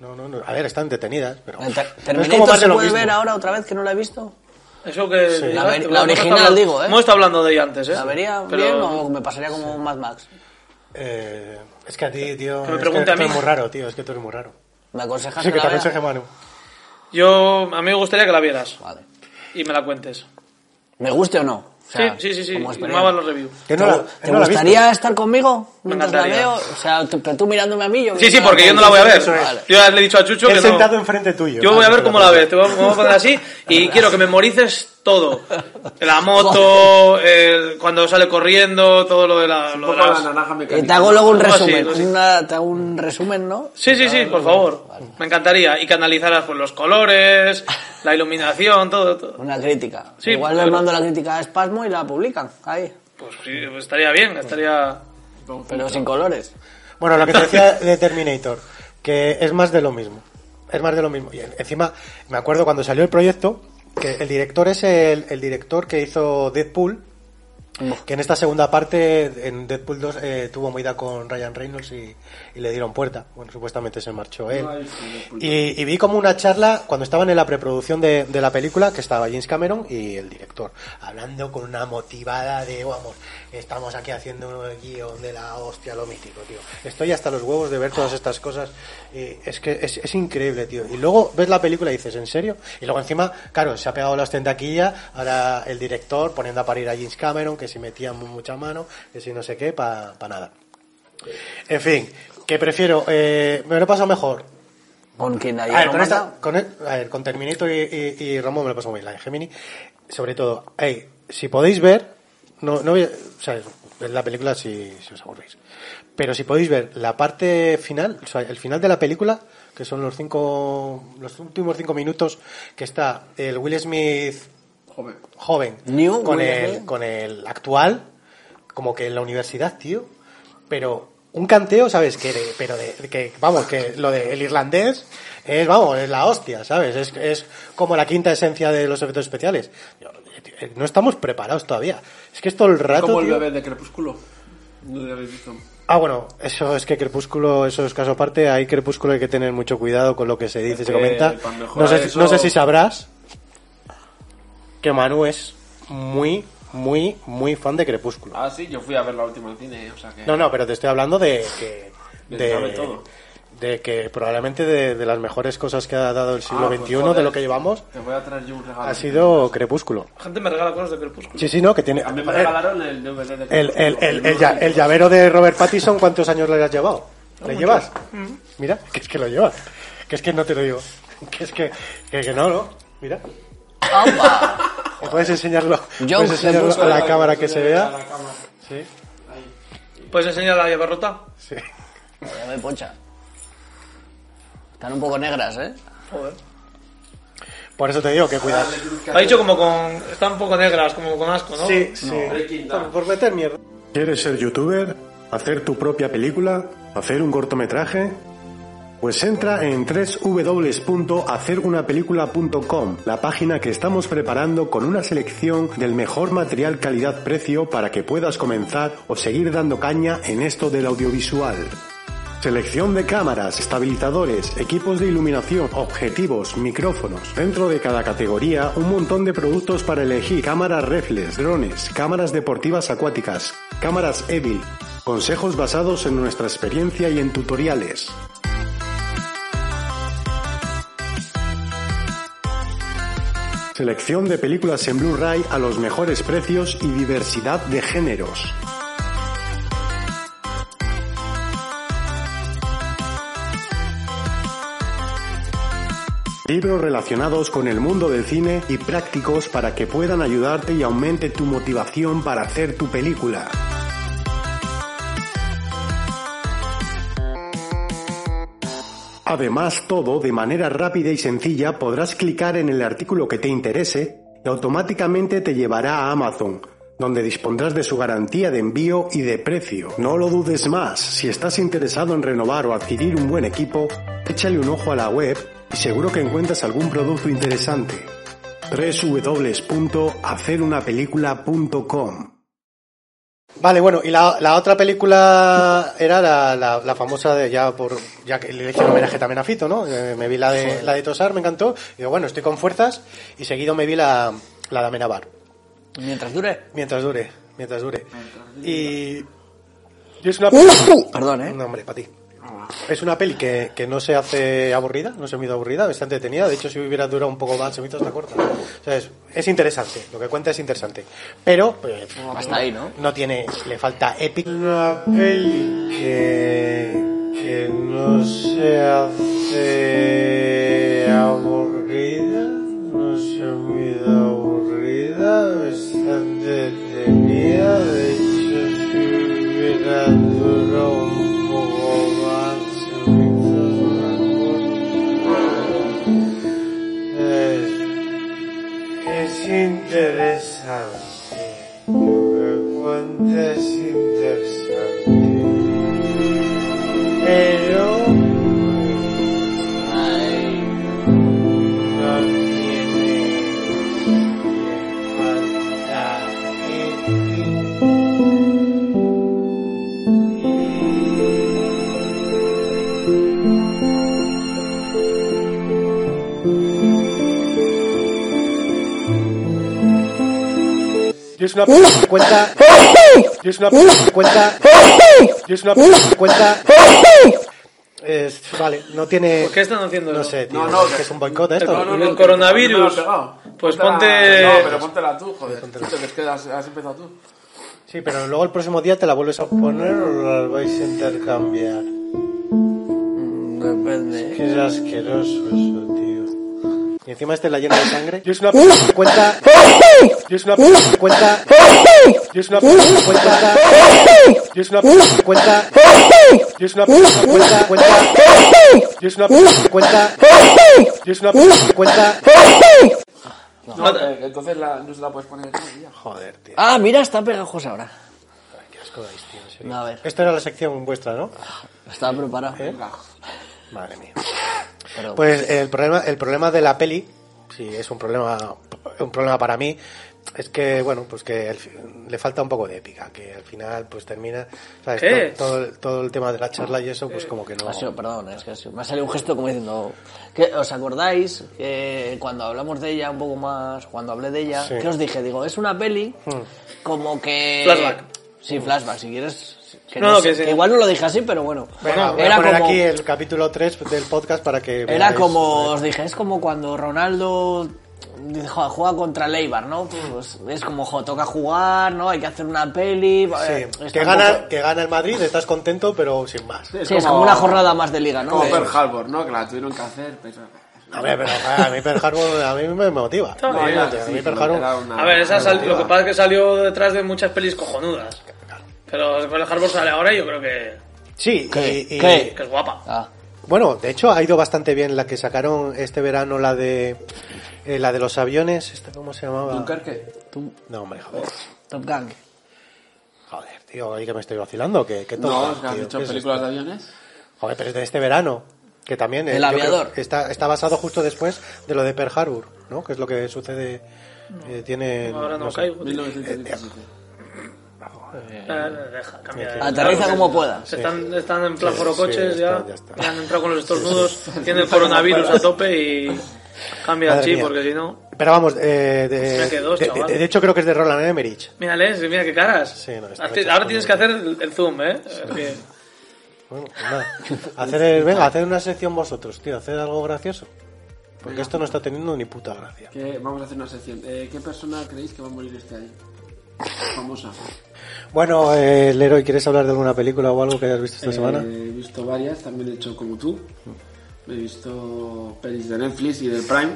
No, no, no. A ver, están detenidas, pero. Ter- no es Terminator como más de se lo puede mismo. ver ahora otra vez que no la he visto. Eso que... Sí. La ver- que la hemos original, hablado- digo, ¿eh? Hemos estado hablando de ella antes, ¿eh? ¿La vería Pero- bien o me pasaría como un Mad Max? Eh, es que a ti, tío. Que me es pregunte que a tú mí. eres muy raro, tío. Es que tú eres muy raro. ¿Me aconsejas Así que que la también soy vea? gemano. Yo, a mí me gustaría que la vieras Vale. y me la cuentes. ¿Me guste o no? O sea, sí, sí, sí, sí. Y como me experiencia. hagas los reviews. Que ¿Te, no la- gu- que te no la he visto. gustaría estar conmigo Me mientras la encantaría. veo? O sea, tú- pero tú mirándome a mí. Yo Sí, sí, porque yo no la voy a ver. Eso es. Vale. Yo ya le he dicho a Chucho He que no. sentado enfrente tuyo. Yo voy a Vale, te ver lo cómo la paso. ves, te voy a, me voy a poner así y quiero que memorices todo. La moto, el- cuando sale corriendo, todo lo de la... Un Lo de poco la las- naranja mecánica. Y te hago luego un Algo así, resumen. algo así. una- te hago un resumen, ¿no? Sí, sí, sí, por favor. Me encantaría. Y que analizaras pues, los colores, la iluminación, todo, todo. Una crítica. Sí, Igual claro. les mando la crítica a Espasmo y la publican ahí, Pues sí, estaría bien, estaría... pero sin colores. Bueno, lo que te decía de Terminator, que es más de lo mismo. Es más de lo mismo. Y en- encima, me acuerdo cuando salió el proyecto, que el director es el, el director que hizo Deadpool, que en esta segunda parte, en Deadpool 2, eh, tuvo movida con Ryan Reynolds y, y le dieron puerta. Bueno, supuestamente se marchó él. Y, y vi como una charla cuando estaban en la preproducción de, de la película, que estaba James Cameron y el director, hablando con una motivada de, vamos, estamos aquí haciendo un guión de la hostia, lo mítico, tío. Estoy hasta los huevos de ver todas estas cosas. y es que es, es increíble, tío. Y luego ves la película y dices, ¿en serio? Y luego encima, claro, se ha pegado la ostentaquilla, ahora el director poniendo a parir a James Cameron, que si metía mu- mucha mano, que si no sé qué, para nada. En fin, que prefiero, eh, me lo he pasado mejor Con quien a ayer ver, lo con, esta- manda. con el- a ver, con Terminator y, y, y Rambo me lo paso muy bien. La de Gemini, sobre todo, ey, si podéis ver, no, no voy a- o sea, ver la película si, si os aburrís. Pero si podéis ver la parte final, o sea, el final de la película, que son los cinco, los últimos cinco minutos que está el Will Smith Joder. joven New con Will el Smith. con el actual como que en la universidad tío pero un canteo sabes que de- pero de, de que vamos que lo del irlandés es vamos es la hostia sabes es, es como la quinta esencia de los efectos especiales Yo, tío, eh, no estamos preparados todavía es que esto el rato Como el tío- bebé de Crepúsculo. No lo habéis visto. ah bueno eso es que crepúsculo eso es caso aparte hay crepúsculo hay que tener mucho cuidado con lo que se dice se que comenta para no mejorar sé, eso- no sé si sabrás que Manu es muy, muy, muy fan de Crepúsculo. Ah, sí, yo fui a ver la última en cine, eh, o sea que... No, no, pero te estoy hablando de que... De saber todo. de que probablemente de, de las mejores cosas que ha dado el siglo Ah, pues, XXI, de joder. lo que llevamos, Te voy a traer yo un regalo. ha sido Crepúsculo. La gente me regala cosas de Crepúsculo. Sí, sí, no, que tiene... A mí me eh, regalaron el DVD de el, el, Crepúsculo. el, el lla- el llavero de Robert Pattinson, ¿cuántos años le has llevado? ¿Le llevas? Mira, que es que lo llevas. Que es que no te lo digo. Que es que, que, que no, ¿no? Mira. ¡Opa! Puedes enseñarlo, Yo puedes enseñarlo a la Crepúsculo. cámara que se vea. Sí, ¿Puedes enseñar la llaverrota? sí. Ya me pocha. Están un poco negras, ¿eh? Por eso te digo que cuidado. Ha dicho como con... Están un poco negras, como con asco, ¿no? Sí, sí. Por meter mierda. ¿Quieres ser youtuber? ¿Hacer tu propia película? ¿Hacer un cortometraje? Pues entra en www.hacerunapelícula.com, la página que estamos preparando con una selección del mejor material calidad-precio para que puedas comenzar o seguir dando caña en esto del audiovisual. Selección de cámaras, estabilizadores, equipos de iluminación, objetivos, micrófonos. Dentro de cada categoría, un montón de productos para elegir. Cámaras reflex, drones, cámaras deportivas acuáticas, cámaras EVIL. Consejos basados en nuestra experiencia y en tutoriales. Selección de películas en Blu-ray a los mejores precios y diversidad de géneros. Libros relacionados con el mundo del cine y prácticos para que puedan ayudarte y aumente tu motivación para hacer tu película. Además, todo de manera rápida y sencilla podrás clicar en el artículo que te interese y automáticamente te llevará a Amazon, donde dispondrás de su garantía de envío y de precio. No lo dudes más, si estás interesado en renovar o adquirir un buen equipo, échale un ojo a la web y seguro que encuentras algún producto interesante. www.hacerunapelícula.com Vale, bueno, y la, la otra película era la, la- la famosa de ya por ya que le hice un homenaje también a Fito, ¿no? Eh, me vi la de la de Tosar, me encantó. Y digo, bueno, estoy con fuerzas y seguido me vi la, la de Amenabar. Mientras dure. Mientras dure, mientras dure. Y, y es una peli. Perdón, ¿eh? No, hombre, para ti. Es una peli que, que no se hace aburrida, no se me hizo aburrida, está entretenida. De hecho, si hubiera durado un poco más, se me hizo hasta corta. O sea, es, es interesante, lo que cuenta es interesante. Pero, pues, Hasta ahí, ¿no? no tiene, le falta epic. Una peli que, que no se hace aburrida, no se me hizo aburrida, está entretenida, de hecho si hubiera durado un poco más se me hizo una corta. Es, es interesante. Cuenta es interesante. Pero. No tiene. Falta. Y es una p- cuenta. Y es una p- cuenta. Y es una p- cuenta. Es, vale, no tiene. ¿Por qué están haciendo No eso? sé, tío. No, no, es que es un boicot esto. no, no, el coronavirus. me lo has pegado. Pues Póntela- ponte- No, pero póntela tú, joder. Tito, que es que has, has empezado tú. Sí, pero luego el próximo día te la vuelves a poner o las vais a intercambiar. Depende. Qué asqueroso eso, tío. Y encima este la llena de sangre. Y es una p- cuenta. Y es una p- cuenta. Y es una p- cuenta. Y es una p- cuenta. Y es una p- cuenta. cuenta. Y es una p- cuenta. Y es una p- cuenta. No, eh, entonces la, no se la puedes poner. tú, ya. Joder, tío. Ah, mira, está pegajosa ahora. Qué asco dais, tío. en serio. A ver, Esta era la sección vuestra, ¿no? estaba preparado. Madre mía. Perdón. Pues el problema, el problema de la peli, si es un problema, un problema para mí, es que bueno, pues que el fi- le falta un poco de épica, que al final pues termina, ¿sabes? ¿Qué? Todo, todo el- todo el tema de la charla y eso, Eh, pues como que no. Ha sido- perdón, es que ha sido- me ha salido un gesto como diciendo, que ¿os acordáis que cuando hablamos de ella un poco más, cuando hablé de ella, Sí. qué os dije? Digo, es una peli como que... Flashback. Sí, flashback, si quieres... Que No, no no, sé, que sí. que igual no lo dije así, pero bueno. Bueno, voy a poner aquí el capítulo 3 del podcast para que Era veáis. como, os dije, es como cuando Ronaldo dice, "Jo, juega contra el Eibar, ¿no? Pues es como, jo, toca jugar, ¿no? Hay que hacer una peli. Sí, eh, está que un gana, poco- que gana el Madrid, estás contento, pero sin más. Sí, es como una jornada más de liga, ¿no? Como Eh, Pearl Harbor, ¿no? Que la tuvieron que hacer, pero. A ver, pero a mí Pearl Harbor a mí me motiva. No, Imagínate, ya, a sí, mí Pearl pero Harbor- era una- A ver, esa sal- lo que pasa es que salió detrás de muchas pelis cojonudas. Pero el Harbor sale ahora y yo creo que, Sí, ¿Qué? y- y- ¿Qué? que es guapa. Ah, Bueno, de hecho ha ido bastante bien la que sacaron este verano, la de eh, la de los aviones, ¿esta cómo se llamaba? Dunkerque. tú, No, hombre, joder. Top Gun. Joder, tío, ahí que me estoy vacilando, que, que No, todo, es que has tío, dicho ¿qué es películas esto? de aviones. Joder, pero es de este verano, que también eh, El yo creo aviador. que está está basado justo después de lo de Pearl Harbor, ¿no? Que es lo que sucede eh, tiene Ahora no, no sé. caigo. tío. 1917. Eh, deja, cambia. de- Aterriza Claro, como puedas. Se están, están en plan Sí, forocoches sí, ya, está, ya está. ya han entrado con los estornudos, tiene el coronavirus a tope y cambia el Madre chip mía. porque si no... Pero vamos, eh, de, Hostia, que dos, de- chaval. de- de hecho creo que es de Roland Emmerich. Mírale, sí, mira qué caras. Sí, no, está Ahora hecho ti- ahora con- tienes que hacer el, el zoom, ¿eh? Porque- Bueno, pues nada. Hacer el- venga, hacer una sección vosotros, tío, hacer algo gracioso. Porque esto no está teniendo ni puta gracia. Que vamos a hacer una sección. Eh, ¿Qué persona creéis que va a morir este año? Famosa. Bueno, eh, Leroy, ¿quieres hablar de alguna película o algo que hayas visto esta Eh, semana? He visto varias, también he hecho como tú. He visto pelis de Netflix y del Prime.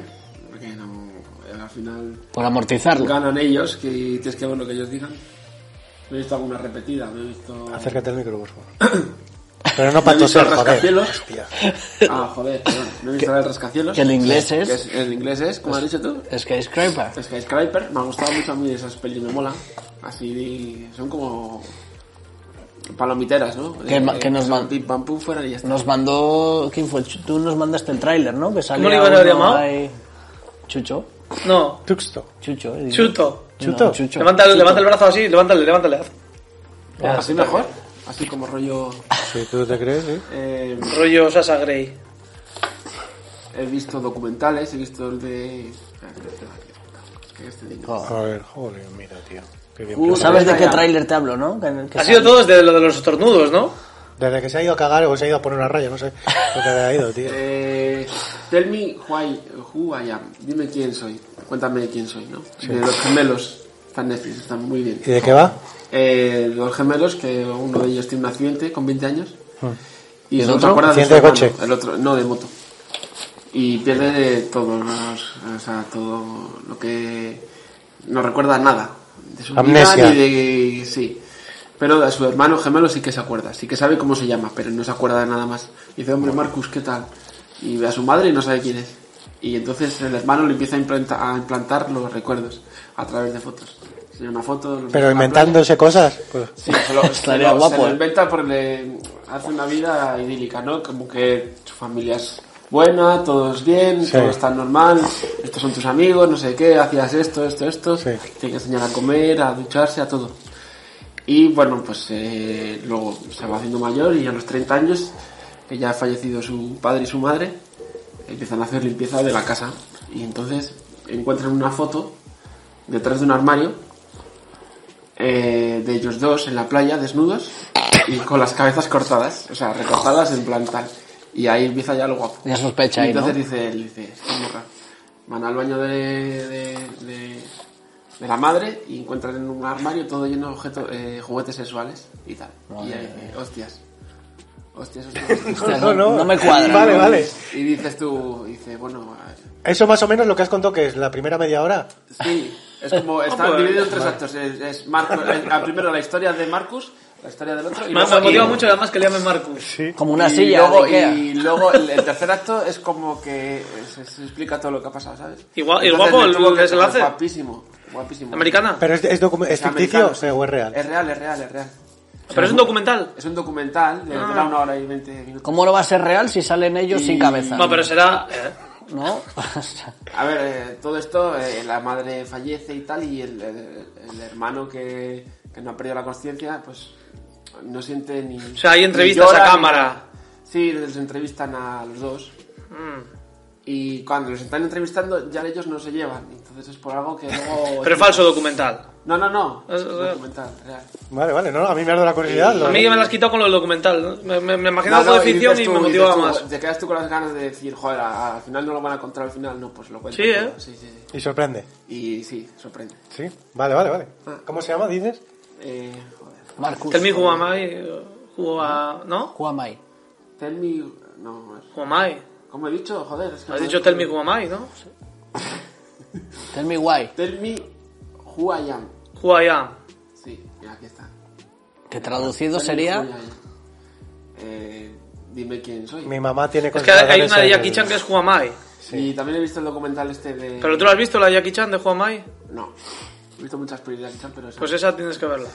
Porque no, eh, al final Por amortizarlo. ganan ellos, que tienes que ver lo que ellos digan. Me he visto alguna repetida, me he visto. Acércate al micro, por favor. Pero no para Me he visto toser, el joder. rascacielos. Hostia. Ah, joder, perdón. Me he visto la del rascacielos. Que el inglés Que es es- el inglés es, como has dicho tú, Skyscraper. Skyscraper. Me ha gustado mucho a mí esas pelis, me mola. Así son como palomiteras, ¿no? Eh, Que ma- que nos man- pim, pam, pum, fuera y ya está. Nos mandó. ¿Quién fue? Chu- Tú nos mandaste el tráiler, ¿no? Que salía le ibas a haber uno llamado? ahí- Chucho. No, Tuxto. Chucho. eh. Chuto. No, Chuto. Chucho. Levanta el, levanta el brazo así, levántale, levántale. haz. Así mejor. Así como rollo. Si tú te crees, sí. eh, Rollo Sasa Grey. he visto documentales, he visto el de. Ah, espera, espera, que este niño. A ver, joder, mira, tío. Qué bien. Uh, ¿Sabes de qué Venga. tráiler te hablo, no? Que en el que Ha sido sale- todo desde lo de los estornudos, ¿no? Desde que se ha ido a cagar o se ha ido a poner una raya, no sé lo que ha ido, tío. Eh, tell me why, who I am. Dime quién soy. Cuéntame quién soy, ¿no? De los gemelos. Están Netflix, están muy bien. ¿Y de qué va? Eh, los gemelos, que uno de ellos tiene un accidente con 20 años. ¿Y Y el no se otro? acuerda ¿Accidente Ah. de su coche? hermano. El otro, no, de moto. Y pierde todos los- o sea, todo lo que no recuerda nada. De su vida Amnesia. ni de- sí. Pero de su hermano gemelo sí que se acuerda, sí que sabe cómo se llama, pero no se acuerda de nada más. Y dice, hombre, Marcus, ¿qué tal? Y ve a su madre y no sabe quién es. Y entonces el hermano le empieza a implanta- a implantar los recuerdos a través de fotos. Se llama foto. los- Pero la inventándose cosas. pues. Sí, se lo, se Estaría lo- guapo, se lo eh. inventa porque le hace una vida idílica, ¿no? Como que su familia es buena, todos bien, Sí. todo está normal, estos son tus amigos, no sé qué, hacías esto, esto, esto, Sí. tiene que enseñar a comer, a ducharse, a todo. Y bueno, pues eh, luego se va haciendo mayor y a los 30 años, que ya ha fallecido su padre y su madre, empiezan a hacer limpieza de la casa. Y entonces encuentran una foto detrás de un armario eh, de ellos dos en la playa desnudos y con las cabezas cortadas, o sea, recortadas en plan tal. Y ahí empieza ya lo guapo. Ya sospecha Y ahí, ¿no? entonces dice él, dice, "Esta morra". Van al baño de, de- de- de la madre y encuentran en un armario todo lleno de objetos, eh, juguetes sexuales y tal. y ahí dice, hostias. Hostias, hostias, hostias". No, no me cuadra, Vale, no. vale. Y dices tú, dice, bueno, a ver, Eso más o menos lo que has contado que es la primera media hora. Sí, es como está dividido en tres actos. Es, es Marcus, es- a primero la historia de Marcus, la historia del otro y Me luego, me motiva y- mucho además que le llamen Marcus. Como una y silla. de Luego, Ikea. y luego el, el tercer acto es como que se, se explica todo lo que ha pasado, ¿sabes? Y gua- y Entonces, guapo le el tuvo que- desenlace. Guapísimo, guapísimo. ¿Americana? Pero es, es, docu- Es es ficticio americano, Eh. o sea, o es Es real. real, es real, es real. Pero es un documental. Es un documental Ah. de dura una hora y veinte minutos. ¿Cómo no va a ser real si salen ellos sin cabeza? No, pero será... eh, ¿No? A ver, eh, todo esto, eh, la madre fallece y tal, y el, el- el hermano que, que no ha perdido la conciencia, pues no siente ni. O sea, hay entrevistas a cámara. Sí, les entrevistan a los dos. Mm. Y cuando los están entrevistando, ya ellos no se llevan. Entonces es por algo que luego. Pero es falso documental. No, no, no. Es- Es es documental, real. Vale, vale, no, a mí me ha dado la curiosidad. lo- A mí ya me las quitado con lo del documental. ¿no? Me, me, me imaginaba No, no, algo de ficción y, dices tú- me dices motivaba tú, más. Te quedas tú con las ganas de decir, joder, a- al final no lo van a contar al final. No, pues lo cuento. Sí, ¿eh? Sí, sí, sí. Y sorprende. Y sí, sorprende. Sí, vale, vale, vale. Ah. ¿Cómo se llama, dices? Eh, joder. Marcus. Tell me who am I, eh, who a- ¿No? Who am I? Tell me... No, Who am I. ¿cómo he dicho? Joder, es que... Has no- dicho tell me who am I, ¿no? Tell me why. Tell me who I am. Who I am. Sí, mira, aquí está. Que traducido Tell me who I sería. am. Eh, dime quién soy. Mi mamá tiene Pues Es que hay conservadores una de en Jackie el- Chan que es Who am I. Y también he visto el documental este de... ¿Pero tú la has visto, la de Jackie Chan de Who am I? No. He visto muchas películas de Chan, pero... esa- Pues esa tienes que verla.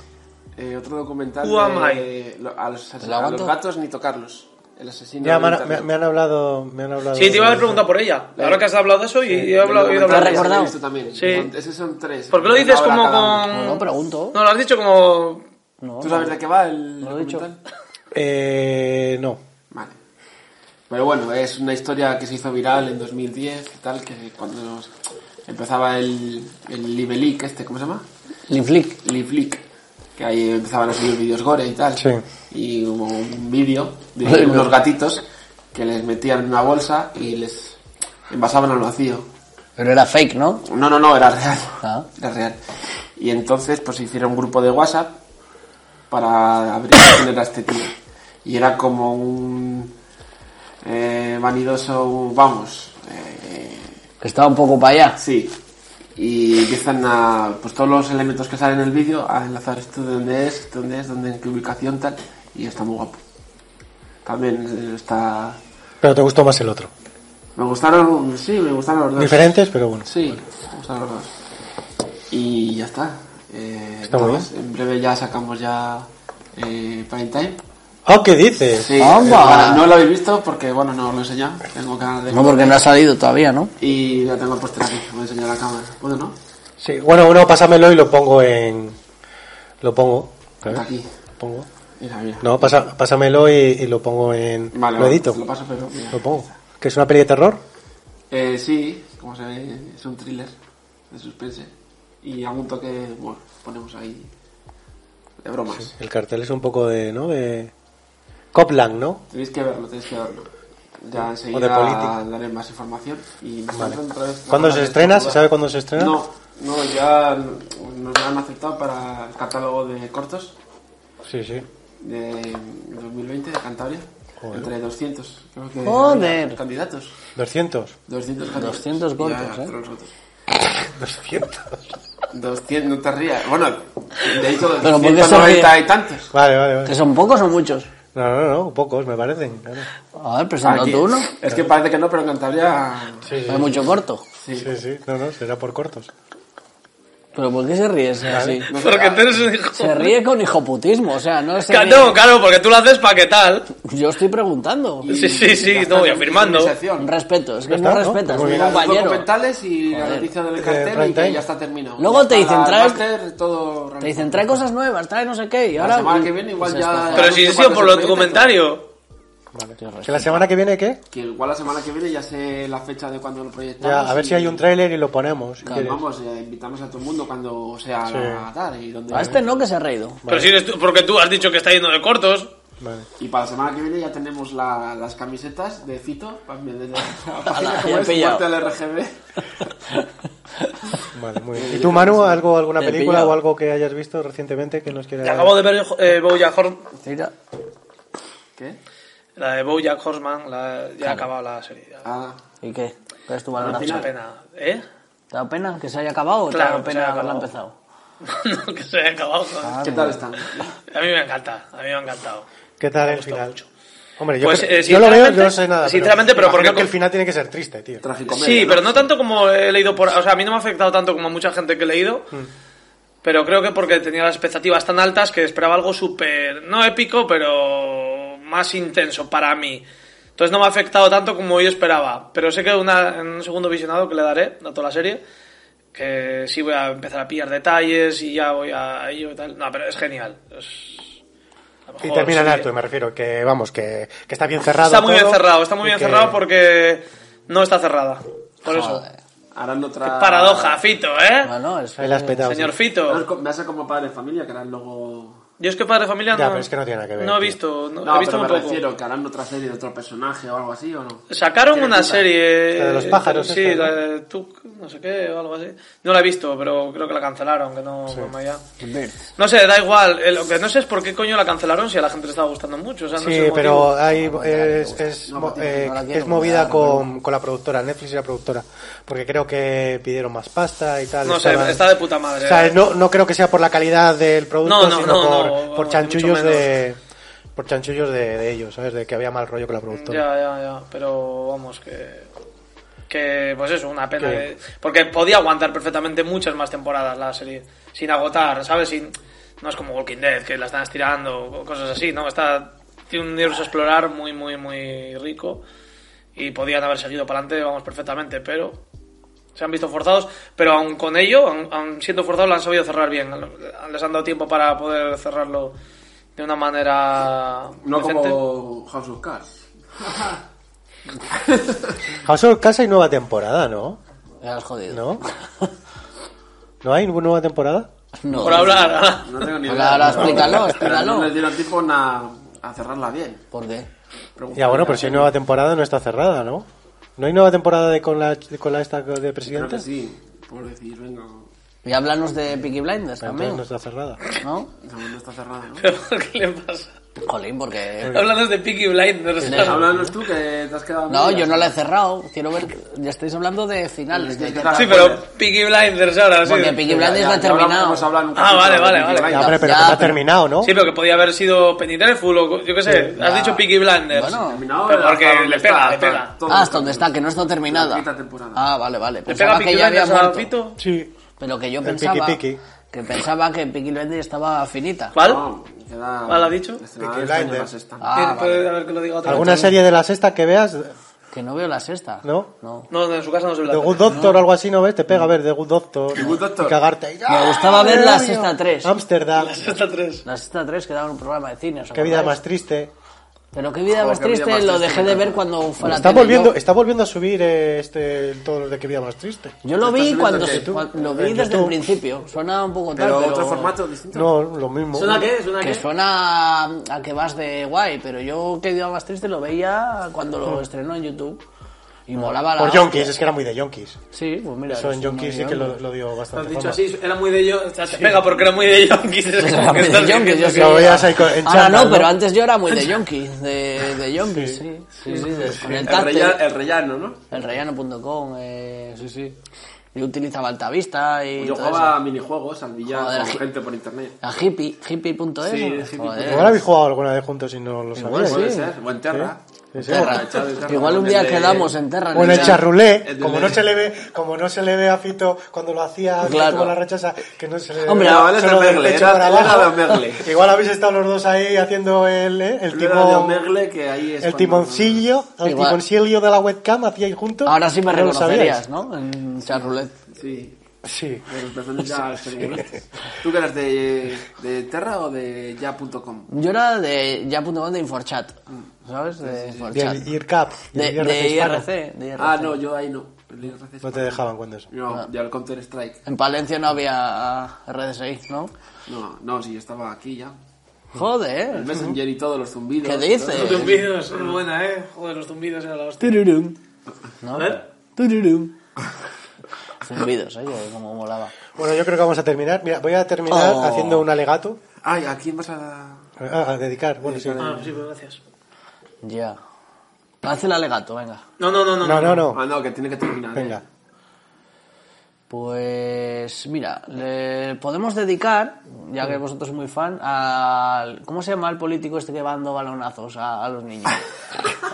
Eh, otro documental Who am de... lo- A los, lo a aguanto? los gatos ni tocarlos. El asesino Ya del me han, internet. me- me han hablado, me han hablado. Sí, te iba a haber preguntado por ella. Ahora que has hablado de eso y he hablado, he Del oído hablar de ella. documental ese lo recordado. he visto también. Sí. Son- Esos son tres. ¿Por qué lo dices Una hora como cada uno. con...? No, no, pregunto. No, lo has dicho como... No, ¿Tú sabes de qué va el Lo he dicho. documental? Eh, no. Vale. Pero bueno, es una historia que se hizo viral en 2010 y tal, que cuando nos- empezaba el, el Livelic este, ¿cómo se llama? Linflick. Livelic, que ahí empezaban a subir vídeos gore y tal. Sí. Y hubo un vídeo de unos gatitos que les metían en una bolsa y les envasaban al vacío. Pero era fake, ¿no? No, no, no, era real. Ah. Era real. Y entonces, pues hicieron un grupo de WhatsApp para abrir quién era este tío. Y era como un eh, vanidoso, vamos. eh, Que estaba un poco para allá. sí. Y empiezan a, pues todos los elementos que salen en el vídeo, a enlazar esto de dónde es, esto dónde es, dónde, en qué ubicación, tal. Y está muy guapo. También eh, está... Pero te gustó más el otro. Me gustaron, sí, me gustaron los dos. Diferentes, pero bueno. Sí, vamos a los dos. Y ya está. Eh, Está muy entonces, En breve ya sacamos ya eh, Prime Time. ¡Ah, qué dices! Sí, ¡Amba! eh, bueno, no lo habéis visto porque, bueno, no os lo he enseñado. Tengo ganas de... No, porque no ha salido todavía, ¿no? Y la tengo puesta aquí, voy a enseñar a la cámara. ¿Puedo, no? Sí, bueno, uno pásamelo y lo pongo en. Lo pongo. A ver, Está aquí. pongo. Mira, mira. No, pasa- pásamelo y, y lo pongo en. Vale, lo vale, edito. lo paso, pero mira. Lo pongo. ¿Que es una peli de terror? Eh, sí, como se ve, es un thriller de suspense. Y algún toque, bueno, ponemos ahí de bromas. El cartel es un poco de. ¿No? De. Copland, ¿no? Tenéis que verlo, tenéis que verlo. Ya enseguida política. daré más información. Y nos Vale. cuentan otra vez- ¿Cuándo se estrena? ¿Se otra- sabe cuándo se estrena? No, no, ya nos lo han aceptado para el catálogo de cortos Sí, sí. de 2020 de Cantabria. Joder. Entre 200, creo que. Joder. había Candidatos. 200. 200 candidatos. 200 cortos, Ya, ¿eh? todos los otros. 200. 200, no te rías. Bueno, de hecho, Pero ¿por qué se 190 y tantos. Vale, vale, ¿Que vale. son pocos o muchos? No, no, no, pocos me parecen. claro. A ver, presentando Aquí. tú uno. Es que parece que no, pero en Cantabria. Hay mucho corto. Sí. Sí, sí. No, no, será por cortos. ¿Pero por qué se ríe ese así? No sé, Porque tú eres un hijo. Se ríe con hijoputismo, o sea, no se Ca- ríe- No, claro, porque tú lo haces para qué tal. Yo estoy preguntando. Sí, sí, sí, Ya está, no, y ya está, afirmando. mi sección. Un respeto, es que Ya no está, ¿no? respetas, Muy mi bien. Los compañero. documentales y la Joder. noticia del Eh, prime cartel y time. que ya está terminado. Luego te dicen, trae- Master, todo Te dicen, trae cosas nuevas, trae no sé qué, y La ahora... semana que viene igual Pues ya- esto, Pero si he sido anuncio "Ah, cuando por se los proyecta, comentarios. ¿Que la semana que viene qué? Que igual la semana que viene ya sé la fecha de cuando lo proyectamos. Ya, a ver y- si hay un tráiler y lo ponemos. si y quieres. Vamos, eh, invitamos a todo el mundo cuando sea la tarde y donde. A este no que se ha reído. Pero si eres tú, porque tú has dicho que está yendo de cortos. Vale. Y para la semana que viene ya tenemos la- las camisetas de Cito. también de la- la Ala, página ya como he es, pillado. parte del RGB. Vale, muy bien. ¿Y tú, Manu, algo, alguna Te he película pillado. o algo que hayas visto recientemente que nos quieras... Te acabo de ver eh, Bojack Horseman. Tira. ¿Qué? La de Bojack Horseman, la, ya ha acabado la serie. ya. Ah, ¿Y qué? ¿Cuál es tu Mucha valoración? pena. ¿Eh? ¿Te da pena que se haya acabado o te Claro, que da se pena haya haberla acabado. empezado? no, que se haya acabado. joder. ¿Qué tal están? A mí me encanta, a mí me ha encantado. ¿Qué tal el final? Hombre, yo, Pues, creo- eh, yo lo veo, yo no sinceramente- sé nada. sinceramente, pero imagino porque- que el final tiene que ser triste, tío. Tragicomedia. Sí, ¿no? pero no tanto como he leído por... O sea, a mí no me ha afectado tanto como a mucha gente que he leído. Mm. Pero creo que porque tenía las expectativas tan altas que esperaba algo súper... No épico, pero más intenso para mí. Entonces no me ha afectado tanto como yo esperaba. Pero sé que una- en un segundo visionado que le daré a toda la serie, que sí voy a empezar a pillar detalles y ya voy a ello y tal. No, pero es genial. Es... la Y mejor termina en serie. alto, me refiero, que vamos, que, que está bien cerrado. Está muy bien todo cerrado, está muy y bien que- cerrado porque no está cerrada. Por eso. Harán otra. Paradoja, Fito, ¿eh? Bueno, Ah, es Ahí la has petado, Señor sí. Harán Fito. co- Me hace como padre de familia que harán luego. Yo es que padre de familia no. Ya, pero es que no tiene nada que ver, No he tío. visto, no, No, he visto pero muy me poco. refiero que harán otra serie de otro personaje o algo así o no. Sacaron Tiene una pinta. serie. La de los eh, pájaros, Sí, esta, la ¿no? de Tuk, no sé qué, o algo así. No la he visto, pero creo que la cancelaron, que no. como ya. No sé, da igual. eh, Lo que no sé es por qué coño la cancelaron si a la gente le estaba gustando mucho. O sea, no sé Sí, el motivo. pero hay, es, es, No, mo- tiene- eh, no la que quiero, es movida no, no, con, con la productora, Netflix y la productora. Porque creo que pidieron más pasta y tal. No sé, estaban- está de puta madre. O sea, eh. no, no creo que sea por la calidad del producto, No, no, sino no, por, no, por vamos, chanchullos mucho menos. de por chanchullos de, de ellos, ¿sabes? De que había mal rollo con la productora. Ya, ya, ya, pero vamos, que. Que, pues eso, una pena. Que- que- porque podía aguantar perfectamente muchas más temporadas la serie, sin agotar, ¿sabes? Sin, no es como Walking Dead, que la están estirando, o cosas así, ¿no? Está, tiene un universo a explorar muy, muy, muy rico. Y podían haber seguido para adelante, vamos, perfectamente, pero. Se han visto forzados, pero aun con ello, aun, aun siendo forzados, lo han sabido cerrar bien. Les han dado tiempo para poder cerrarlo de una manera. No decente. como House of Cards. House of Casa y nueva temporada, ¿no? Me has jodido. ¿No? ¿No hay nueva temporada? No. Por hablar. No tengo ni idea. Ahora, ahora pero- explícalo, pero explícalo. No les dieron tiempo na- a cerrarla bien. ¿Por qué? Ya, bueno, pero si hay nueva temporada no está cerrada, ¿no? ¿No hay nueva temporada de con la, con la esta de Creo presidente? que sí, por decir, venga. Y háblanos de Peaky Blinders Entonces también, no está cerrada. ¿no? No, no está cerrada, ¿no? ¿Pero por qué le pasa? Jolín, porque... Hablando de Peaky Blinders. Háblanos tú que te has quedado. a No, medias. yo no la he cerrado. Quiero ver... Ya estáis hablando de finales. Sí, de- claro. Sí, pero Peaky Blinders ahora, sí. Porque Peaky Blinders Ya, la ya he hablamos- terminado. hemos hablado en un Ah, capítulo vale, de vale, Peaky vale. Ya, Blinders. hombre, pero ya, que no ha pero- terminado, ¿no? Sí, pero que podía haber sido Penny Dreadful o yo qué sé. Has ya. dicho Peaky Blinders. Bueno. Terminado, Pero hasta porque donde le está, pega, le hasta pega. todo. Ah, hasta donde está, que no está La terminada. quinta temporada. Ah, vale, vale. ¿Le pega Pensaba Peaky que ya había Blinders a muerto. Pito? Sí. Pero que yo El pensaba Peaky Peaky. Que pensaba que Peaky Blinders estaba finita. ¿Cuál? No, queda- ¿Cuál ha dicho? estrenada Peaky este año Blinders. la sexta. Ah, Tiene- vale. puede haber que lo diga otra ¿Alguna vez. serie de la sexta que veas? Que no veo la sexta. ¿No? No. No, en su casa no se ve ¿The la Good tele. Doctor o algo así no ves? Te pega a ver The Good Doctor. The Good Doctor. Y cagarte ahí. Me gustaba ver la ¡Ah, sexta coño! 3. Amsterdam. Hasta tres. La sexta 3 que daban un programa de cine. ¿os Qué vida acordáis? más triste. Pero qué vida Oh, más qué vida triste, más lo triste, dejé me de encanta. ver cuando fue la Está tele. volviendo, Yo- está volvolviendo a subir eh, este todo lo de qué vida más triste. Yo, lo Está vi subiendo cuando, en se- YouTube. cuando- lo En vi desde el YouTube. principio. Suena un poco tal, Pero pero... otro formato distinto. No, lo mismo. ¿Suena a qué? ¿Suena a Que qué? suena a- a que vas de guay, pero yo que iba más triste lo veía cuando lo estrenó en YouTube. Y molaba la... Por hostia. Yonkis, es que era muy de Yonkis. Sí, pues mira. Eso en es un Yonkis sí que lo, guion. lo dio Lo has bastante. dicho forma. así, era muy de yo. o sea, te Venga, pega. porque era muy de Yonkis. es como que Era estás muy de yonkis, diciendo yo que- sí. Lo veías ahí con- en Ahora chándal, no, pero ¿no? antes yo era muy de yonkis, de, de yonkis, sí. Sí, sí, de- con el El, táctil, rellano, el rellano, ¿no? el rellano.com, eh, sí, sí. Yo utilizaba Altavista y Yo todo jugaba eso. a minijuegos al billar Joder, con je- gente por internet. A hippie, hippie.es. Sí, ¿no? hippie Joder. Igual habéis jugado alguna vez juntos y no lo Puede sabíais. ser, o en Terra. Sí, sí. Terra. Aprovechar de Terra. Igual un día El de- quedamos en Terra. O en el Ninja. charrulé, El de- como no se le ve, como no se le ve a Fito cuando lo hacía, que Claro. tuvo la rechaza, que no se le Hombre, ve, la bala es solo de del Merle, pecho era- para era de abajo. Merle. Igual habéis estado los dos ahí haciendo el, eh, el El era de timón, Omegle, que ahí es el cuando- timoncillo, el Igual. timoncillo de la webcam hacíais juntos. Ahora sí me ¿No lo sabíais? reconocerías, ¿no? En charrulet. Sí, Sí. de los personajes ya españoles. ¿Tú que eras de, de Terra o de ya.com? Yo era de ya.com de Inforchat, ¿sabes? De Inforchat. Del IRCAP. De, del de hispano. IRC, de IRC. Ah, no, yo ahí no. El IRC es- No te dejaban cuando eso. No, ya el Counter Strike. En Palencia no había ah, RDSI, ¿no? No, no, sí, yo estaba aquí ya. El Joder. Messenger y todos los zumbidos. ¿Qué y todo. dices? Zumbidos, muy buena, eh. Joder, los zumbidos era la hostia. Tururum. A ver. Tururum. Zumbidos, ¿eh? Que Como molaba. Bueno, yo creo que vamos a terminar. Mira, voy a terminar Oh. haciendo un alegato. Ay, ¿a quién vas a...? Ah, a dedicar, bueno, sí. Ah, sí, pues gracias. Ya. Haz el alegato, venga. No, no, no, no. No, no, no. Ah, no, que tiene que terminar. ¿eh? Venga. Pues mira, le podemos dedicar, ya que vosotros sois muy fan, al... ¿Cómo se llama el político este que va dando balonazos a, a los niños?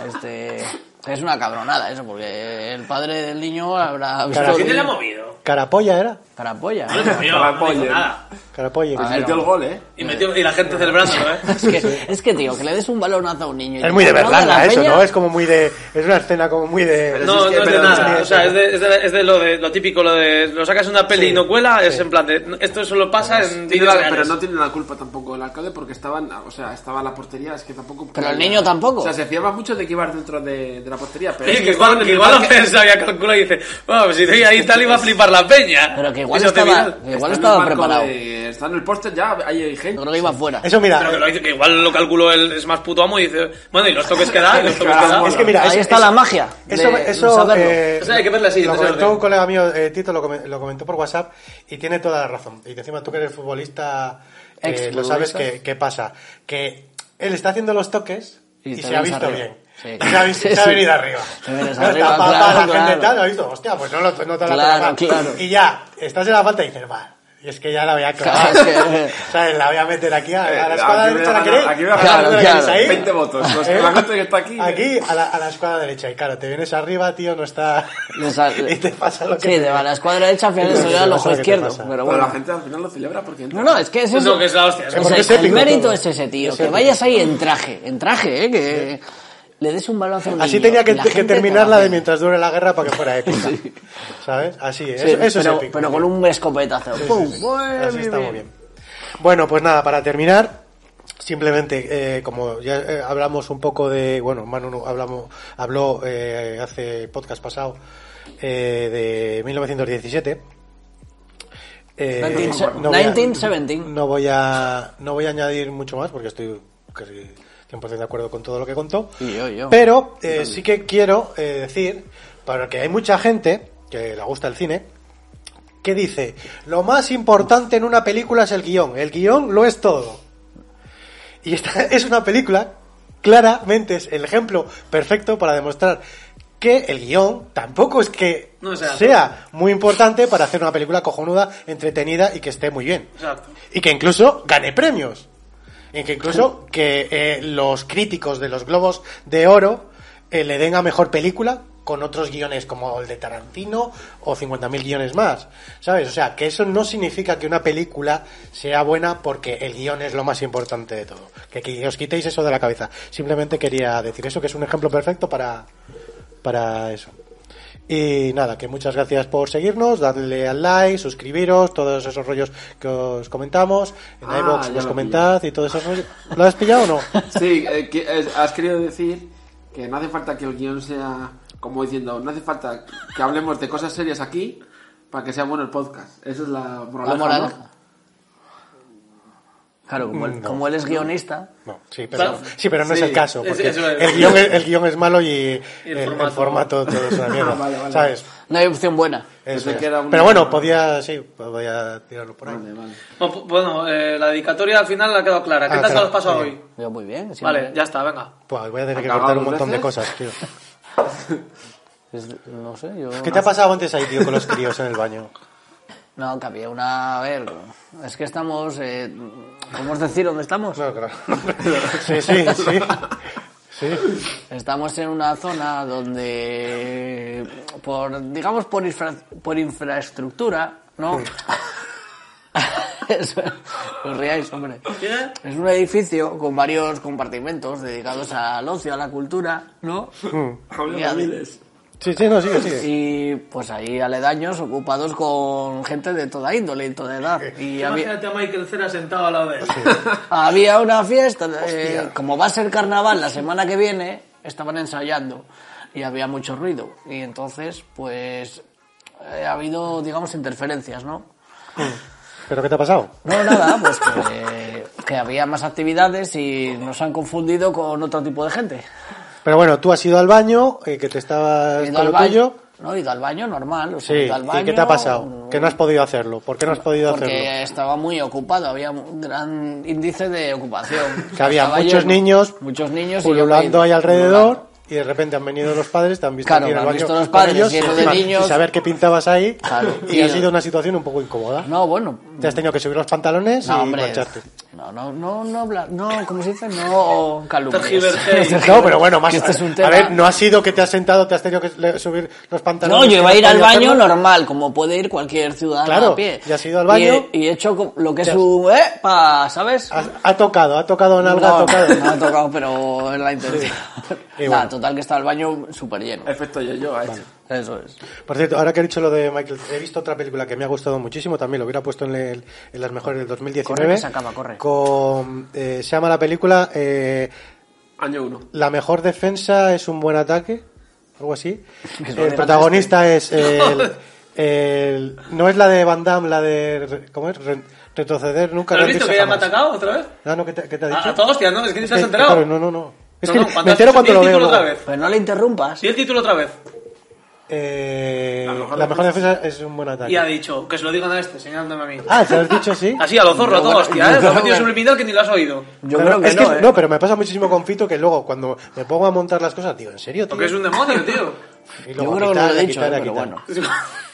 Este... Es una cabronada eso, porque el padre del niño habrá visto... Carapollo. que- ¿Quién le ha movido? Carapolla era. Carapolla. No le movió, no dijo Rapolle. nada. Carapolla. A ver, Metió el gol, ¿eh? Y, metió- y la gente celebrándolo, ¿eh? Es que, es que, tío, que le des un balonazo a un niño... y Es te muy de cabronas verdad Ah, la eso, peña, ¿no? Es como muy de... Es una escena como muy de... Pero No, no es que- es de pero- nada. sí, O sea, sí. es de, es de, es de lo, de lo típico, lo de lo sacas en una peli y no cuela, es en plan de esto solo pasa en Tiene vídeos la- reales. pero no tiene la culpa tampoco el alcalde porque estaban, o sea, estaba la portería, es que tampoco. Pero el niño tampoco. O sea, se fiaba mucho de que iba dentro de, de la portería, pero. Oye, es que igual, que igual lo piensa, ya calcula y dice, bueno, pues si estoy ahí tal iba a flipar la peña. Pero que igual Y se hace estaba- viral. que igual está en el estaba barco preparado. de- está en el póster ya, ahí hay Yo gente. creo que iba fuera. Eso Pero que, mira... lo dice, que igual lo calculó el es más puto amo y dice, bueno, y los toques que da, y los toques que da. Caramba. Es que mira, Ah, Ahí eso- está eso- la magia Eso, de eso saberlo. eh, O sea, hay que verla así, lo en ese comentó orden. un colega mío, eh, Tito, lo, come- lo comentó por WhatsApp y tiene toda la razón. Y encima tú que eres futbolista, eh, Ex lo sabes futbolista. que, que pasa. Que él está haciendo los toques Y y, te se ha vienes visto arriba. bien. Sí. Y Se ha, vi- Sí, se ha sí. venido arriba. Te vienes No, arriba, está pa- pa- claro, la gente claro. tal, lo ha visto, hostia, pues no, lo, no te la Claro, toca mal. claro. Y ya, estás en la falta y dices, va. Y es que ya la voy a clavar. Claro, es ¿Sabes? La voy a meter aquí a, a la Eh, escuadra aquí derecha, voy a ganar- ¿la queréis? aquí voy a ¿A la ganar escuadra claro, queréis ahí? 20 votos. Pues, ¿Eh? la gente que está aquí. ¿eh? Aquí, a la, a la escuadra derecha. Y claro, te vienes arriba, tío, no está... Le sale- y te pasa lo Ah, Sí, que... de la escuadra derecha al final Sí, se ve sí, al no ojo sé lo que te izquierdo. pasa. Pero Pero la bueno. gente al final lo celebra porque entra. No, no, es que es eso. Eso que es la hostia. Eh, O sea, porque es el épico mérito todo. es ese, tío. Es que épico. vayas ahí en traje, en traje, ¿eh? Que le des un balón a un Así niño, tenía que, y la que gente te terminar va la a de hacer. mientras dure la guerra para que fuera épica. ¿Sabes? Así, es. Sí, eso, eso pero, es épico. pero con un escopetazo. ¡Pum! Así está muy bien. Bueno, pues nada, para terminar, simplemente, eh, como ya eh, hablamos un poco de, bueno, Manu no- hablamos, habló eh, hace podcast pasado eh, de 1917. Eh, 19- voy a- 1917. no voy a no voy a añadir mucho más porque estoy casi 100% de acuerdo con todo lo que contó. Y yo, yo. Pero eh, sí que quiero eh, decir, para que hay mucha gente que le gusta el cine, que dice, lo más importante en una película es el guión, el guión lo es todo. Y esta es una película, claramente es el ejemplo perfecto para demostrar que el guión tampoco es que No sea sea, todo. muy importante para hacer una película cojonuda, entretenida y que esté muy bien. Exacto. Y que incluso gane premios. Y que incluso que eh, los críticos de los Globos de Oro eh, le den a mejor película con otros guiones como el de Tarantino o 50.000 guiones más, ¿sabes? O sea, que eso no significa que una película sea buena porque el guión es lo más importante de todo. Que, que os quitéis eso de la cabeza. Simplemente quería decir eso, que es un ejemplo perfecto para, para eso. Y nada, que muchas gracias por seguirnos, dadle al like, suscribiros, todos esos rollos que os comentamos, en Ah, iVoox ya nos lo comentad y todos esos rollos. ¿Lo has pillado o no? Sí, eh, que, eh, has querido decir que no hace falta que el guión sea, como diciendo, no hace falta que hablemos de cosas serias aquí para que sea bueno el podcast. Esa es la moraleja. ¿no? moraleja. Claro, como él, como él es guionista, No, sí, pero, Claro. sí, pero no es Sí, el caso, es- porque eso es. el, guión, es- el guión es malo y el, el formato, formato. todo es una mierda, Vale, Pues vale. ¿sabes? no hay opción buena. Eso Pensé es. que era una- Pero bueno, podía, sí, podía tirarlo por ahí. Vale, vale. Bueno, pu- Bueno, eh, la dedicatoria al final la ha quedado clara. ¿Qué Ah, tal se claro, los paso muy hoy? bien. Yo muy bien. sí, Vale, hombre. ya está, venga. Buah, voy a tener que Acabado cortar un dos montón de veces. cosas, tío. Es- no sé, yo... ¿Qué te ha pasado antes ahí, tío, con los críos en el baño? No, que había una... A ver, es que estamos... Eh, ¿Cómo os decir dónde estamos? No, claro. Sí, sí, sí. Sí. Estamos en una zona donde, por digamos, por, infra- por infraestructura, ¿no? Es- no os riáis, hombre. Es un edificio con varios compartimentos dedicados al ocio, a la cultura, ¿no? Y, a- Sí, sí, no, sigue, sigue. y, pues ahí aledaños ocupados con gente de toda índole y toda edad. Y había, a Michael Cera sentado a la vez. había una fiesta, eh, como va a ser carnaval la semana que viene, estaban ensayando y había mucho ruido. Y entonces, pues, eh, ha habido, digamos, interferencias, ¿no? ¿Pero qué te ha pasado? No, nada, pues que, que había más actividades y nos han confundido con otro tipo de gente. Pero bueno, tú has ido al baño, eh, que te estabas He ido con al lo baño. tuyo. No, he ido al baño, normal. o sea, he Sí, ido al ¿y qué te baño, ha pasado? Que no has podido hacerlo. ¿Por qué no has podido hacerlo? Porque estaba muy ocupado, había un gran índice de ocupación. Que había Estaba muchos yo- niños muchos niños y yo me he pululando ido, ahí pululando. alrededor y de repente han venido los padres, te han visto Claro, aquí en me han el baño visto los con padres ellos, lleno de encima, niños. y saber qué pintabas ahí. Claro. Y, Y ha el- sido una situación un poco incómoda. No, bueno. Te has tenido que subir los pantalones No, y hombre. mancharte. No, no, no, no, habla- no, ¿cómo se dice? No calumnias. Tergiverséis. No, pero bueno, más. Que este es un A tema- ver, no ha sido que te has sentado, te has tenido que le- subir los No, pantalones. yo iba a que ir al podías baño hacerlo. normal, como puede ir cualquier ciudadano Claro, a pie. y has ido al baño. Y he, y he hecho co- lo que es Ya. un... ¡Eh! pa, ¿Sabes? Ha, ha tocado, ha tocado en algo, ha tocado. no ha tocado, pero es la intención. Y Nada, bueno. total que está el baño súper lleno. Efecto yo-yo ha hecho. Eso es. Por cierto, ahora que he dicho lo de Michael, he visto otra película que me ha gustado muchísimo, también lo hubiera puesto en, el- en las mejores del 2019. Corre, que se acaba, corre. Con, eh, se llama la película eh, Año uno. La mejor defensa es un buen ataque, algo así. El suena protagonista es el, el- No es la de Van Damme, la de... re- ¿Cómo es? Re- retroceder nunca. ¿Has rendirse visto que ya me ha jamás. Ah, atacado otra vez? No, no, ¿qué te, qué te ha dicho? A, a todos, tío, ¿no? Es que ni se has Eh, enterado. claro, no, no, no. Es No, que no, me cuando entero has- cuando di lo el veo. título otra luego. vez. Pero no le interrumpas. Sí, el título otra vez. Eh, la mejor defensa es un buen Y ha ataque. dicho, que se lo digan a este, señalándome a mí. Ah, te lo has dicho, sí. Así, a lo zorro, a No, todo, bueno, hostia, ¿eh? no, Prometido bueno. subliminal que ni lo has oído. Yo Pero creo que es no, ¿eh? no, pero me pasa muchísimo con Fito que luego cuando me pongo a montar las cosas digo, ¿en serio, tío? Porque es un demonio, tío. Y Yo luego a creo que no quitar, lo a he dicho, quitar, eh, a pero quitar. bueno.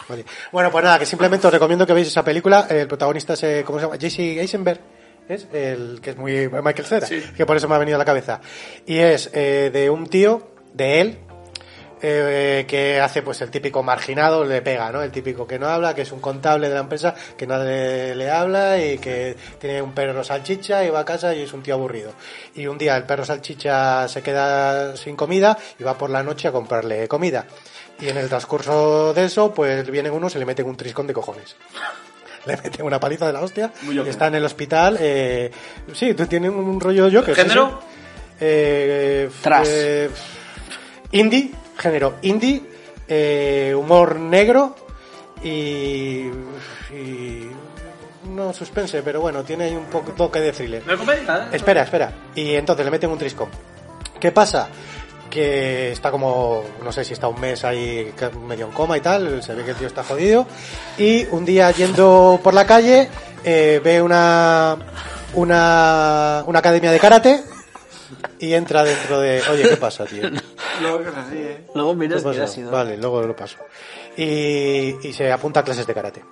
Vale. Bueno, pues nada, que simplemente os recomiendo que veáis esa película. El protagonista es, eh, ¿cómo se llama? Jesse Eisenberg. Es el que es muy Michael Cera, que por eso me ha venido a la cabeza. Y es eh, de un tío, de él, eh, que hace pues el típico marginado, le pega, ¿no? El típico que no habla, que es un contable de la empresa, que nadie le habla y que tiene un perro salchicha y va a casa y es un tío aburrido. Y un día el perro salchicha se queda sin comida y va por la noche a comprarle comida. Y en el transcurso de eso, pues vienen unos y le meten un triscón de cojones. Le meten una paliza de la hostia. Muy y ok. está en el hospital. Eh, sí, tiene un rollo yo que ¿Género? Eh, Trash. eh, indie, género indie, eh, humor negro y, y no suspense, pero bueno, tiene ahí un poco toque de thriller. Me comenta, ¿eh? Espera, espera. Y entonces le meten un trisco. ¿Qué pasa? Que está como, no sé si está un mes ahí ca- medio en coma y tal, se ve que el tío está jodido. Y un día yendo por la calle, eh, ve una, una, una academia de karate y entra dentro de... Oye, ¿qué pasa, tío? Luego que es así, ¿eh? Luego ¿Qué miras que pasa? ha sido. Vale, luego lo paso. Y, y se apunta a clases de karate.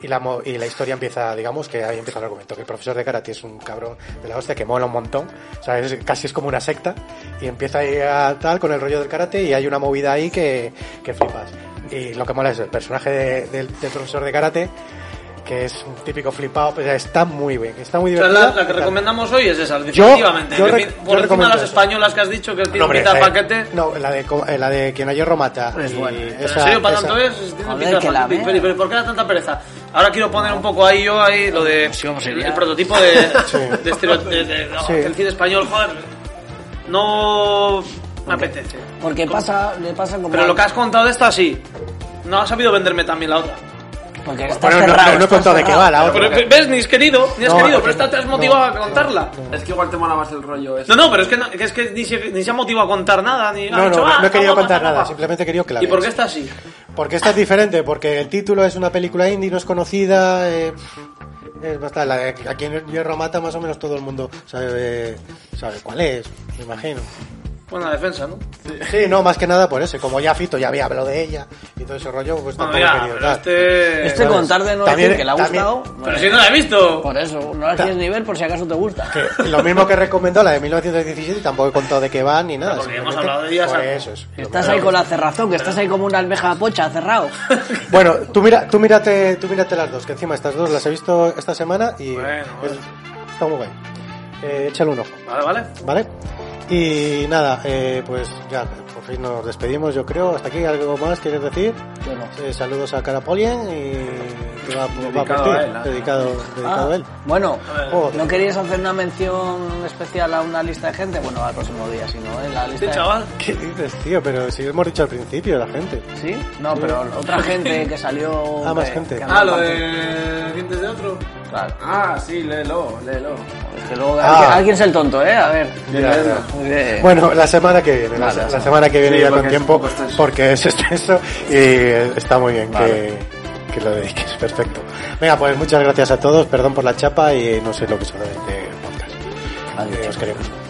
Y la, mo- y la historia empieza, digamos, que ahí empieza el argumento, que el profesor de karate es un cabrón de la hostia que mola un montón, o sea, es- casi es como una secta, y empieza ahí a tal con el rollo del karate y hay una movida ahí que, que flipas. Y lo que mola es el personaje de- del, del profesor de karate, que es un típico flipado, pero está muy bien, está muy O sea, divertida. la, la que recomendamos hoy es esa, Yo- definitivamente. yo Defi- rec- yo por encima recomiendo de las esa. españolas que has dicho que No, tienen hombre, mitad eh, paquete. no, la de, co- eh, la de quien a hierro mata. Es y buena. esa- ¿En serio para esa- tanto es? Tiene Joder, pinta de que la fantástico. vea. pero, pero ¿por qué da tanta pereza? Ahora quiero poner un poco ahí yo ahí lo de Sí, vamos a ir el, ya. prototipo de, Sí. de estilo de, de- no, Sí. el cine español, joder. No me apetece. Porque pasa, le pasa como... Pero lo que has contado de esta sí. No has sabido venderme también la otra. Porque está Bueno, no, cerrado. no, no he está contado de qué cerrado. va la Pero, otra. pero, ¿Ves? Ni has querido, ni has Ah, No, querido, porque pero estás te has no, motivado a no, contarla. Es que igual te mola más el rollo ese. No, no, pero es que, no- que es que ni, se, ni se ha motivado a contar nada. Ni, ha No, no, dicho, no, "Ah, no he querido vamos, contar vamos, nada, vamos". simplemente he querido que la ¿Y por qué veas. está así? Porque esta es diferente, porque el título es una película indie, no es conocida. Eh, es bastante, la de aquí en Hierro Mata más o menos todo el mundo sabe, sabe cuál es, me imagino. Buena Pues defensa, ¿no? Sí, no, más que nada por eso. y Como ya Fito ya había hablado de ella y todo ese rollo, pues Bueno, tampoco he mira, querido pero dar. este... Este ¿sabes? con tarde no También- decir que le ha también- gustado. Pero si no la he visto. Por eso, no la quieres ni ver por si acaso te gusta. Que lo mismo que recomendó la de 1917, tampoco he contado de qué va ni nada. Pero porque hemos simplemente hablado de ella, por ¿sabes? eso es. Estás ahí con la cerrazón, que estás ahí como una almeja pocha, cerrado. Bueno, tú, mira, tú, mírate, tú mírate las dos, que encima estas dos las he visto esta semana y Bueno, bueno. es- está muy guay. Eh, échale un ojo. Vale, vale. ¿Vale? Y nada, eh, pues ya, por fin nos despedimos, yo creo. Hasta aquí, ¿algo más quieres decir? Yo no. Eh, saludos a Carapolien y que va, va Dedicado por ti, a él, ¿eh? dedicado, dedicado a él. Ah, bueno, Joder. ¿no querías hacer una mención especial a una lista de gente? Bueno, al próximo día, si no, ¿eh? La lista Este de- chaval. ¿Qué dices, tío? Pero si lo hemos dicho al principio, la gente. ¿Sí? No, pero otra gente que salió... Ah, más que- gente. que Ah, lo no Eh, de dientes de otro. partió. Claro. Ah, sí, léelo, léelo. Es que luego... Ah. Alguien, alguien es el tonto, ¿eh? A ver. Ya, ya. Eh, Bueno, la semana que viene, la, Vale, la vale. semana que viene Sí, ya con porque es un tiempo, poco extenso. porque es extenso y eh, está muy bien que, que lo dediques, perfecto. Venga, pues muchas gracias a todos, perdón por la chapa y no sé lo que se de este podcast. Eh, os queremos.